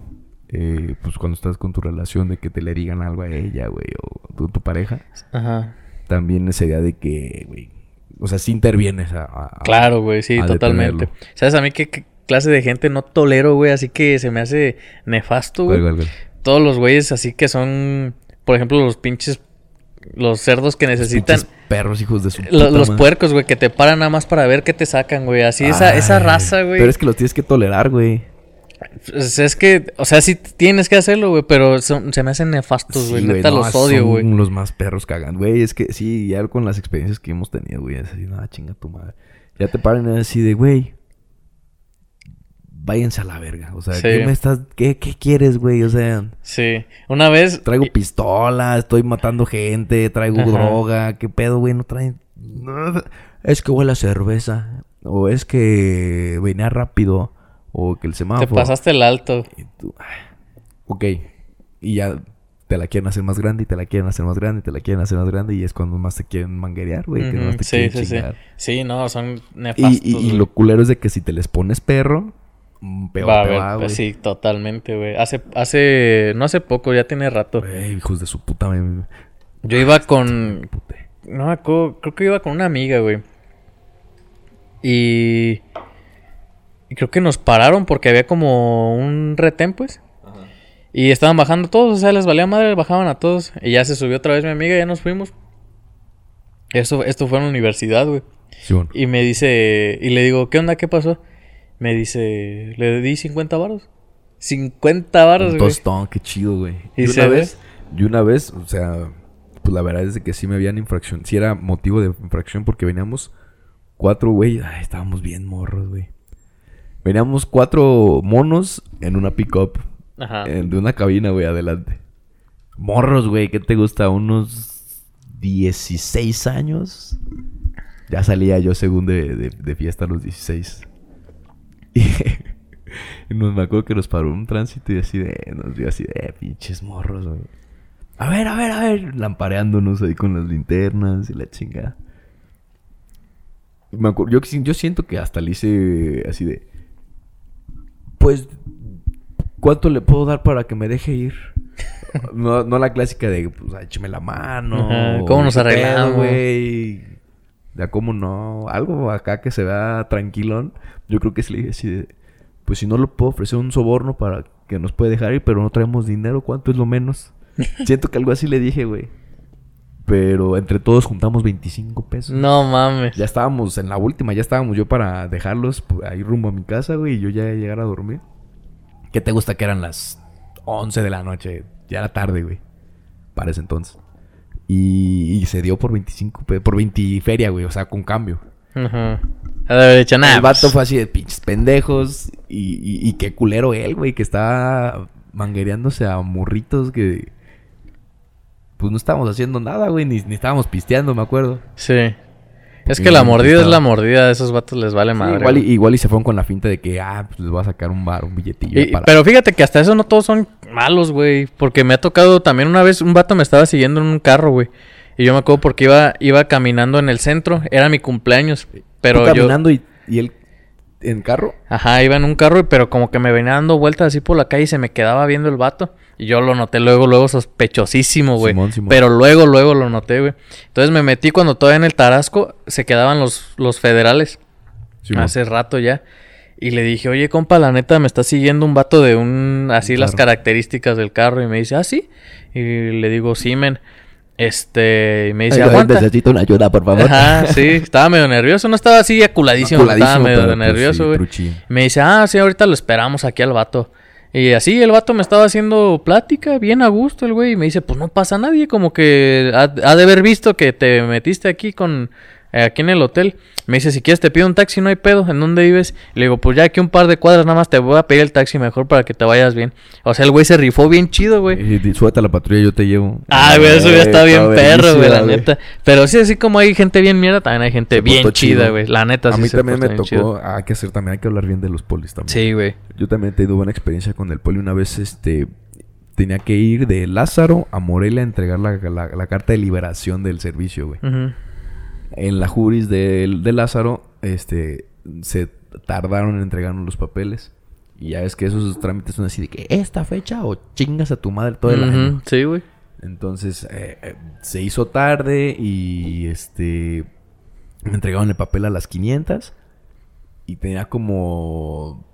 eh, pues cuando estás con tu relación de que te le digan algo a ella, güey, o tu, tu pareja.
Ajá.
También sería de que, güey... O sea, sí intervienes a... a- a-
Claro, güey, sí,
a
totalmente.
detenerlo.
¿Sabes a mí qué qué clase de gente no tolero, güey? Así que se me hace nefasto,
¿Cuál,
güey.
cuál, cuál?
Todos los güeyes así que son, por ejemplo, los pinches, los cerdos que necesitan...
Pinches perros hijos de su
lo-
puta
los
madre.
puercos, güey, que te paran nada más para ver qué te sacan, güey. Así esa, esa
Ay,
raza, güey.
Pero es que los tienes que tolerar, güey.
Pues es que, o sea, sí tienes que hacerlo, güey, pero son- se me hacen nefastos, Pues, güey.
Sí,
Neta
no,
los odio,
son
güey.
Los más perros cagando, güey. Es que sí, ya con las experiencias que hemos tenido, güey, es así, nada, chinga tu madre. Ya te paran así de, güey, váyanse a la verga. O sea,
Sí.
¿qué me estás, qué, qué quieres, güey? O sea,
Sí. Una vez.
traigo pistola, estoy matando gente, traigo
Ajá.
droga, qué pedo, güey, no traen. nada. Es que huele a cerveza, o es que venía rápido, o que el
Te
semáforo.
pasaste el alto.
Y tú, ah, ok. Y ya te la quieren hacer más grande y te la quieren hacer más grande y te la quieren hacer más grande y es cuando más te quieren manguerear, güey. que
Ujú,
más te
sí,
quieren
sí, sí.
chingar.
Sí, no, son nefastos.
Y, y- y
güey.
lo culero es de que si te les pones perro, mm, peor
Va a
te
haber-
va, güey.
pues sí, totalmente, güey. Hace, hace, no hace poco, ya tiene rato.
Güey, hijos de su puta me- me
Yo iba con,
puté.
no me acuerdo, creo que iba con una amiga, güey. Y, y creo que nos pararon porque había como un retén, pues. Y estaban bajando todos, o sea, les valía madre, bajaban a todos. Y ya se subió otra vez mi amiga, ya nos fuimos. Esto, esto fue en la universidad, güey.
Sí, bueno.
Y me dice, y le digo, ¿qué onda? ¿Qué pasó? Me dice, le di 50 varos. 50 varos,
Un
güey.
tostón, qué chido, güey.
¿Y
Y
se
una
ve?
vez, y una vez, o sea, pues la verdad es de que sí me habían infracción. Sí era motivo de infracción porque veníamos cuatro, güey. Ay, estábamos bien morros, güey. Veníamos cuatro monos en una pick-up.
Ajá.
eh, De una cabina, güey, adelante. Morros, güey, ¿qué te gusta? ¿Unos 16 años? Ya salía yo según de, de- de fiesta a los 16. Y, nos me acuerdo que nos paró un tránsito y así de... Nos vio así de... "Eh, pinches morros, güey. A ver, a ver, a ver. Lampareándonos ahí con las linternas y la chingada. Me acuer- yo, yo siento que hasta le hice así de... Pues ¿Cuánto le puedo dar para que me deje ir? No, no la clásica de, pues, "Ay, écheme la mano.
Ajá, ¿cómo nos
¿qué pedo,
arreglamos?
güey? Ya, ¿cómo no? Algo acá que se vea tranquilón. Yo creo que si le dije así de, pues, si no lo puedo ofrecer un soborno para que nos puede dejar ir, pero no traemos dinero, ¿cuánto es lo menos? Siento que algo así le dije, güey. Pero entre todos juntamos 25 pesos.
No mames.
Ya estábamos en la última, ya estábamos yo para dejarlos por ahí rumbo a mi casa, güey, y yo ya llegar a dormir. ¿Qué te gusta que eran las 11 de la noche? Ya era tarde, güey. Para ese entonces. Y, y se dio por 25, pe- por 20 feria, güey, o sea, con cambio.
Ajá. Ha de haber dicho pues, nada.
El vato fue así de pinches pendejos. Y, y, y qué culero él, güey, que está manguereándose a morritos que. Pues no estábamos haciendo nada, güey, ni, ni estábamos pisteando, me acuerdo.
Sí. Es
Y
que la
no
mordida es
contestaba.
la mordida. A esos vatos les vale
Sí,
madre.
igual, y,
güey.
igual y se fueron con la finta de que, ah, pues les voy a sacar un bar, un billetillo.
Y-
para-
Pero fíjate que hasta eso no todos son malos, güey. Porque me ha tocado también una vez un vato me estaba siguiendo en un carro, güey. Y yo me acuerdo porque iba, iba caminando en el centro. Era mi cumpleaños.
Tú
Pero yo.
caminando y, y él en carro.
Ajá, iba en un carro, pero como que me venía dando vueltas así por la calle y se me quedaba viendo el vato. Y yo lo noté luego, luego sospechosísimo, güey.
Simón, Simón.
Pero luego, luego lo noté, güey. Entonces me metí cuando todavía en el Tarasco se quedaban los, los federales. hace rato ya. Y le dije, oye, compa, la neta, me está siguiendo un vato de un... Así
Un
las
carro.
características del carro. Y me dice, ah, sí. Y le digo, sí, men. Este... Y me
Ay,
dice,
güey,
aguanta.
necesito una ayuda, por favor.
Ajá, sí. Estaba medio nervioso. No estaba así aculadísimo. pero Estaba
Culadísimo,
medio
pero, pues, sí,
nervioso, güey.
truchín.
Me dice, ah, sí, ahorita lo esperamos aquí al vato. Y así el vato me estaba haciendo plática, bien a gusto el güey. Y me dice, pues no pasa nadie, como que ha, ha de haber visto que te metiste aquí con... eh, aquí en el hotel. Me dice, si quieres te pido un taxi, no hay pedo, ¿en dónde vives? Le digo, pues ya aquí un par de cuadras nada más te voy a pedir el taxi mejor para que te vayas bien. O sea, el güey se rifó bien chido, güey.
Y- y- Súbete a la Eh, patrulla, yo te llevo.
Ah, güey, eso ya está
Ay,
bien perro, güey,
verguísima,
la neta. Pero sí, así como hay gente bien mierda, también hay gente
Se
bien
portó
chida,
chido.
güey. La neta,
A
sí
mí
se
también me
portan bien
tocó.
chido.
ah, Hay que hacer también, hay que hablar bien de los polis también.
Sí, güey.
Yo también he tenido buena experiencia con el poli. Una vez, este. Tenía que ir de Lázaro a Morelia a entregar la, la- la carta de liberación del servicio, güey.
Ujú.
En la juris de, de Lázaro, este, se tardaron en entregarnos los papeles. Y ya es que esos trámites son así de que esta fecha o chingas a tu madre todo el
Ujú,
año.
Sí, güey.
Entonces, eh, eh, se hizo tarde y este, me entregaron el papel a las 500. Y tenía como,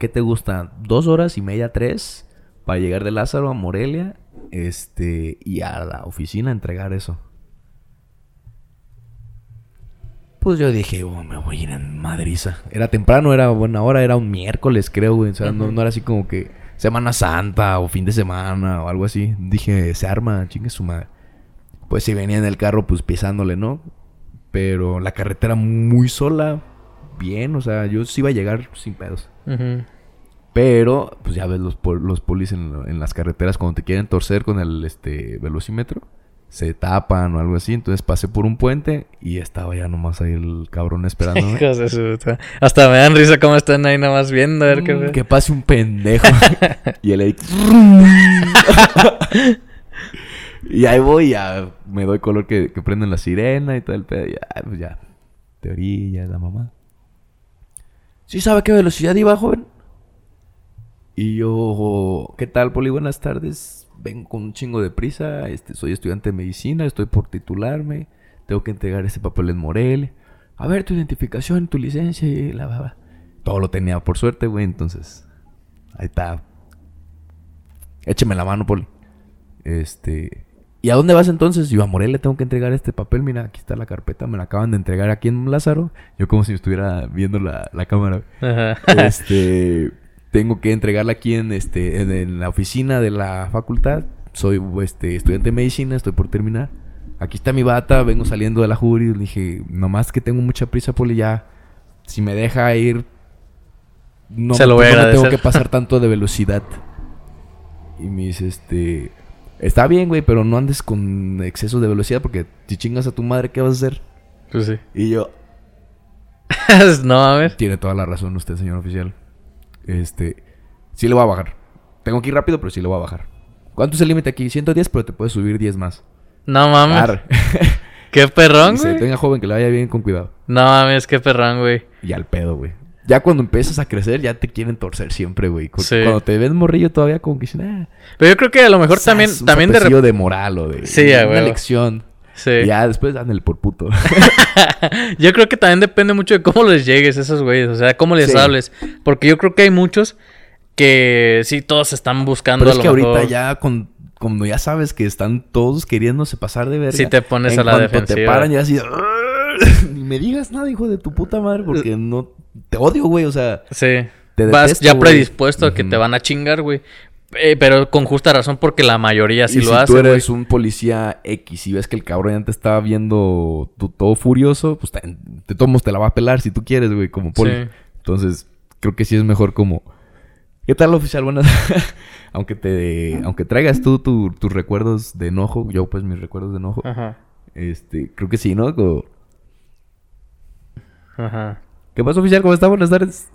¿qué te gusta? Dos horas y media, tres, para llegar de Lázaro a Morelia este, y a la oficina a entregar eso. Pues yo dije, oh, me voy a ir en madriza. Era temprano, era buena hora, era un miércoles, creo, güey. O sea, no, no era así como que Semana Santa o fin de semana o algo así. Dije, se arma, chingue su madre. Pues si venía en el carro, pues pisándole, ¿no? Pero la carretera muy sola, bien, o sea, yo sí iba a llegar sin pedos.
Ujú.
Pero, pues ya ves los, pol- los polis en, lo- en las carreteras cuando te quieren torcer con el este velocímetro, se tapan o algo así. Entonces pasé por un puente y estaba ya nomás ahí el cabrón esperando.
Hijos de su puta. Hasta me dan risa cómo están ahí nada más viendo a ver qué
que
pedo.
pase un pendejo. y él ahí. y ahí voy, ya me doy color que, que prenden la sirena y todo el pedo. Ya, pues ya. Teoría, la mamá. ¿Sí sabe a qué velocidad iba, joven? Y yo, ¿qué tal, Poli? Buenas tardes. Vengo con un chingo de prisa. Este, soy estudiante de medicina, estoy por titularme. Tengo que entregar este papel en Morel. A ver, tu identificación, tu licencia y la baba. Todo lo tenía, por suerte, güey. Entonces, ahí está. Écheme la mano, Poli. Este. ¿Y a dónde vas entonces? Yo a Morel le tengo que entregar este papel. Mira, aquí está la carpeta. Me la acaban de entregar aquí en Lázaro. Yo como si estuviera viendo la, la cámara
Ajá.
este tengo que entregarla aquí en este en, en la oficina de la facultad soy este estudiante de medicina estoy por terminar aquí está mi bata vengo saliendo de la jury le dije nomás que tengo mucha prisa poli ya si me deja ir no,
Se lo
me-
voy a
no me tengo
agradecer.
que pasar tanto de velocidad y me dice este está bien güey pero no andes con exceso de velocidad porque si chingas a tu madre qué vas a hacer
Pues sí.
y yo
no mames.
tiene toda la razón usted, señor oficial. Este, sí le voy a bajar. Tengo que ir rápido, pero sí le voy a bajar. ¿Cuánto es el límite aquí? 110, pero te puedes subir 10 más.
No mames.
Arre.
Qué perrón,
Dice,
güey.
tenga joven, que le vaya bien, con cuidado.
No mames, qué perrón, güey.
Y al pedo, güey. Ya cuando empiezas a crecer, ya te quieren torcer siempre, güey. Cu-
Sí.
Cuando te ven morrillo todavía como que dicen, ah,
Pero yo creo que a lo mejor
sas,
también,
un
también de
sopecillo
repente.
de moral o de
Sí, a
una
huevo.
lección.
Sí.
Ya después dan el por puto.
yo creo que también depende mucho de cómo les llegues a esos güeyes, o sea, cómo les
Sí.
hables. Porque yo creo que hay muchos que sí, todos están buscando
Pero es
a lo
que ahorita
mejor.
ya, con, cuando ya sabes que están todos queriéndose pasar de verga.
Sí te pones
en
a la
cuanto te
defensiva.
paran ya así... Ni me digas nada, hijo de tu puta madre, porque no... Te odio, güey, o sea...
Sí.
Te
Vas
detesto,
ya
güey.
predispuesto a que te
Ujú.
van a chingar, güey. Eh, pero con justa razón, porque la mayoría sí
y
lo
si
hace,
tú
güey.
eres un policía X y ves que el cabrón ya te estaba viendo tú todo furioso, pues te, te tomos, te la va a pelar si tú quieres, güey, como poli.
Sí.
Entonces, creo que sí es mejor como... ¿Qué tal, oficial? Buenas... aunque te... Aunque traigas tú tu- tus recuerdos de enojo, yo pues mis recuerdos de enojo,
Ajá.
este, creo que sí, ¿no? Como,
Ajá.
¿Qué pasa, oficial? ¿Cómo está? Buenas tardes.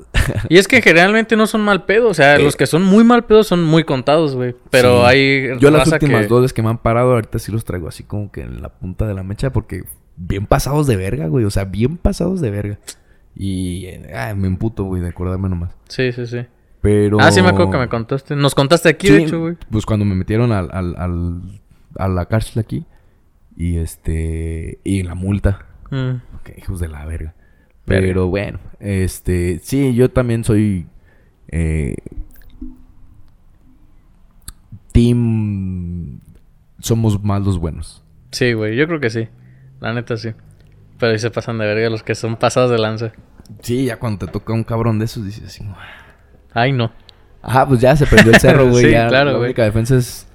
Y es que generalmente no son mal pedo, o sea,
Eh.
los que son muy mal pedo son muy contados, güey. Pero
Sí.
hay
Yo las
raza
últimas
que-
dos veces que me han parado, ahorita sí los traigo así como que en la punta de la mecha porque bien pasados de verga, güey. O sea, bien pasados de verga. Y eh, ay, me emputo, güey, de acordarme nomás.
Sí, sí, sí.
Pero...
Ah, sí me acuerdo que me contaste. Nos contaste aquí, de
Sí,
hecho, güey.
Pues cuando me metieron al, al- al- a la cárcel aquí y este... Y la multa.
Mm.
Ok, hijos de la verga.
Verga.
Pero bueno, este, sí, yo también soy eh, team somos malos buenos.
Sí, güey, yo creo que sí. La neta sí. Pero ahí se pasan de verga los que son pasados de lanza.
Sí, ya cuando te toca un cabrón de esos dices así, "Ah". "Mua".
Ay, no.
ajá, pues ya se prendió el cerro, güey,
Sí,
ya
claro,
la
güey.
única defensa es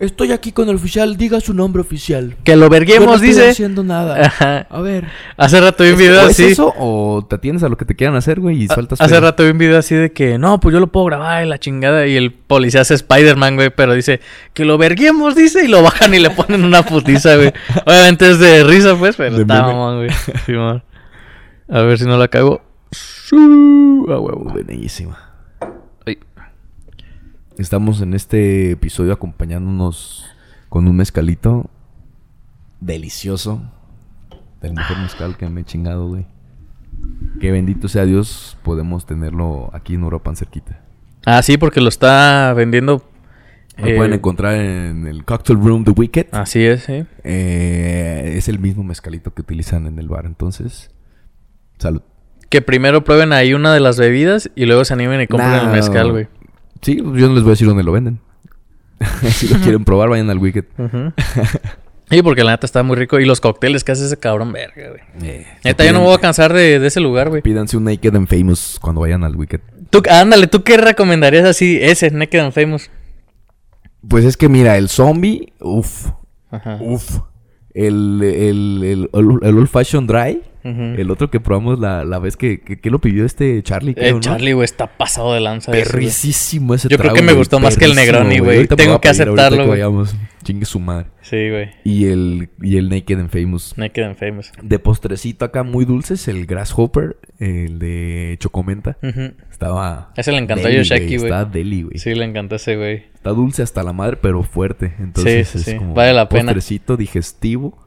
Estoy aquí con el oficial, diga su nombre oficial.
Que lo verguemos,
estoy
dice.
haciendo nada.
Ajá.
A ver.
Hace rato vi un video
¿O es
así.
eso o te atiendes a lo que te quieran hacer, güey, y
Ha-
sueltas
Hace
feria?
rato vi un video así de que no, pues yo lo puedo grabar y la chingada. Y el policía hace Spider-Man, güey, pero dice que lo verguemos, dice, y lo bajan y le ponen una putiza, güey. Obviamente es de risa, pues, pero
De
está
meme.
mamón, güey. Simón. A ver si no la cago. Sí, A huevo.
Buenísima.
Ay.
Estamos en este episodio acompañándonos con un mezcalito delicioso. Del
Ah.
mejor mezcal que me he chingado, güey. Que bendito sea Dios, podemos tenerlo aquí en Europa, cerquita.
Ah, sí, porque lo está vendiendo.
Lo
eh, Ah.
pueden encontrar en el Cocktail Room The Wicked.
Así es, sí.
Eh, es el mismo mezcalito que utilizan en el bar, entonces. Salud.
Que primero prueben ahí una de las bebidas y luego se animen y compren
Nah.
el mezcal, güey.
Sí, yo no les voy a decir dónde lo venden. si lo quieren probar, vayan al Wicked.
Ujú. Sí, porque la neta está muy rico. Y los cócteles que hace ese cabrón, verga, güey.
Eh,
Neta, yo no me voy a cansar de, de ese lugar, güey.
Pídanse un Naked and Famous cuando vayan al Wicked.
Tú, ándale, ¿tú qué recomendarías así? Ese, Naked and Famous.
Pues es que mira, el zombie, uff,
Ajá.
uff. El, el, el, el- el Old Fashion Dry,
Ujú.
Uh, el otro que probamos la, la vez que, que, que lo pidió este Charlie.
Eh,
creo, ¿no?
Charlie, güey, está pasado de lanza. ese, güey.
Perricísimo ese
Yo creo
trago,
que me
güey,
gustó más que el
perrísimo,
Negroni, güey.
Ahorita me
Tengo
lo voy a
que
pedir, ahorita
aceptarlo,
que
güey.
vayamos. Chingue su madre.
Sí, güey.
Y el, y el Naked and Famous.
Naked and Famous.
De postrecito acá muy dulces, el Grasshopper, el de Chocomenta.
Ujú.
Estaba.
Ese le encantó a
deli,
Yoshaki, güey.
Está deli, güey.
Sí, le encantó ese, güey.
Está dulce hasta la madre, pero fuerte. Entonces,
Sí, sí,
es
sí.
como
Vale la pena.
Postrecito digestivo.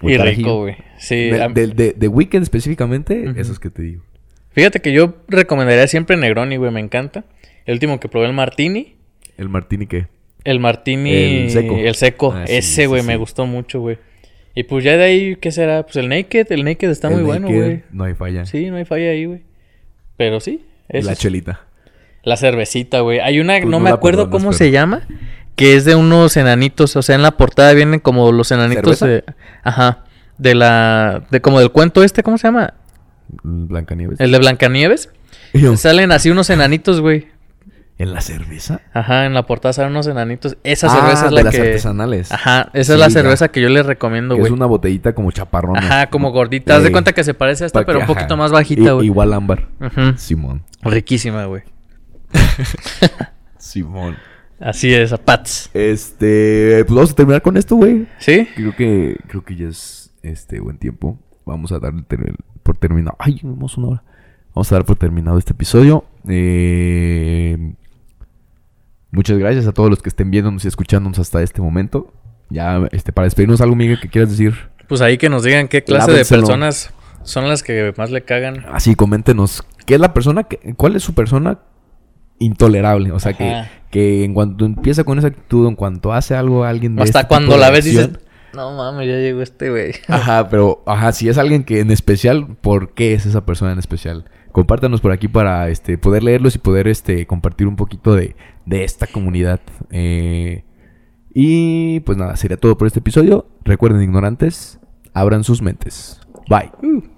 Y
Carajillo.
rico, güey. Sí.
De,
a-
de, de- de Weekend específicamente,
Ujú.
esos que te digo.
Fíjate que yo recomendaría siempre Negroni, güey. Me encanta. El último que probé, el Martini.
El Martini, ¿qué?
El Martini.
El seco.
El seco.
Ah, sí,
ese, güey,
sí,
me
sí.
gustó mucho, güey. Y pues ya de ahí, ¿qué será? Pues el Naked. El Naked está
El
muy bueno,
Naked,
güey.
No hay falla.
Sí, no hay falla ahí, güey. Pero sí.
¿eh? la
ese-
chelita.
La cervecita, güey. Hay una,
Tú
no,
no
me
la
acuerdo
perdonas,
cómo
pero-
se llama, que es de unos enanitos. O sea, en la portada vienen como los enanitos.
¿Cerveza?
de- ajá. De la. De como del cuento este, ¿cómo se llama?
mm, Blancanieves.
El de Blancanieves.
Y yo,
Salen así unos enanitos, güey.
¿En la cerveza?
Ajá, en la portada salen unos enanitos. Esa
Ah,
cerveza es
de
la
las
que.
artesanales.
Ajá, esa es
Sí,
la
ya.
cerveza que yo les recomiendo,
Que es
güey.
una botellita como chaparrona.
Ajá, como gordita. Haz de
Eh,
cuenta que se parece a esta,
pa'
pero
que-
un poquito
ajá.
más bajita,
I-
güey. Mm.
Igual ámbar.
Ujú.
Simón.
Riquísima, güey.
Simón.
Así es, a Pats.
Este, pues vamos a terminar con esto, güey.
¿Sí?
Creo que, creo que ya es este buen tiempo. Vamos a dar el ter- por terminado. Ay, vamos una hora. Vamos a dar por terminado este episodio. Eh, muchas gracias a todos los que estén viéndonos y escuchándonos hasta este momento. Ya, este, para despedirnos algo, Miguel, que quieras decir.
Pues ahí que nos digan qué clase
Lávenselo.
de personas son las que más le cagan.
Así, coméntenos. ¿Qué es la persona que, cuál es su persona intolerable? O sea, que,
Ajá.
que en cuanto empieza con esa actitud, en cuanto hace algo a alguien. de
Hasta
este tipo
cuando
de
la ves dices,
acción-
no mames, ya llegó este güey.
Ajá, pero, ajá, si es alguien que en especial, ¿por qué es esa persona en especial? Compártanos por aquí para este poder leerlos y poder este compartir un poquito de, de esta comunidad. Eh, y
Uh.
pues nada, sería todo por este episodio. Recuerden, ignorantes, abran sus mentes. Bye.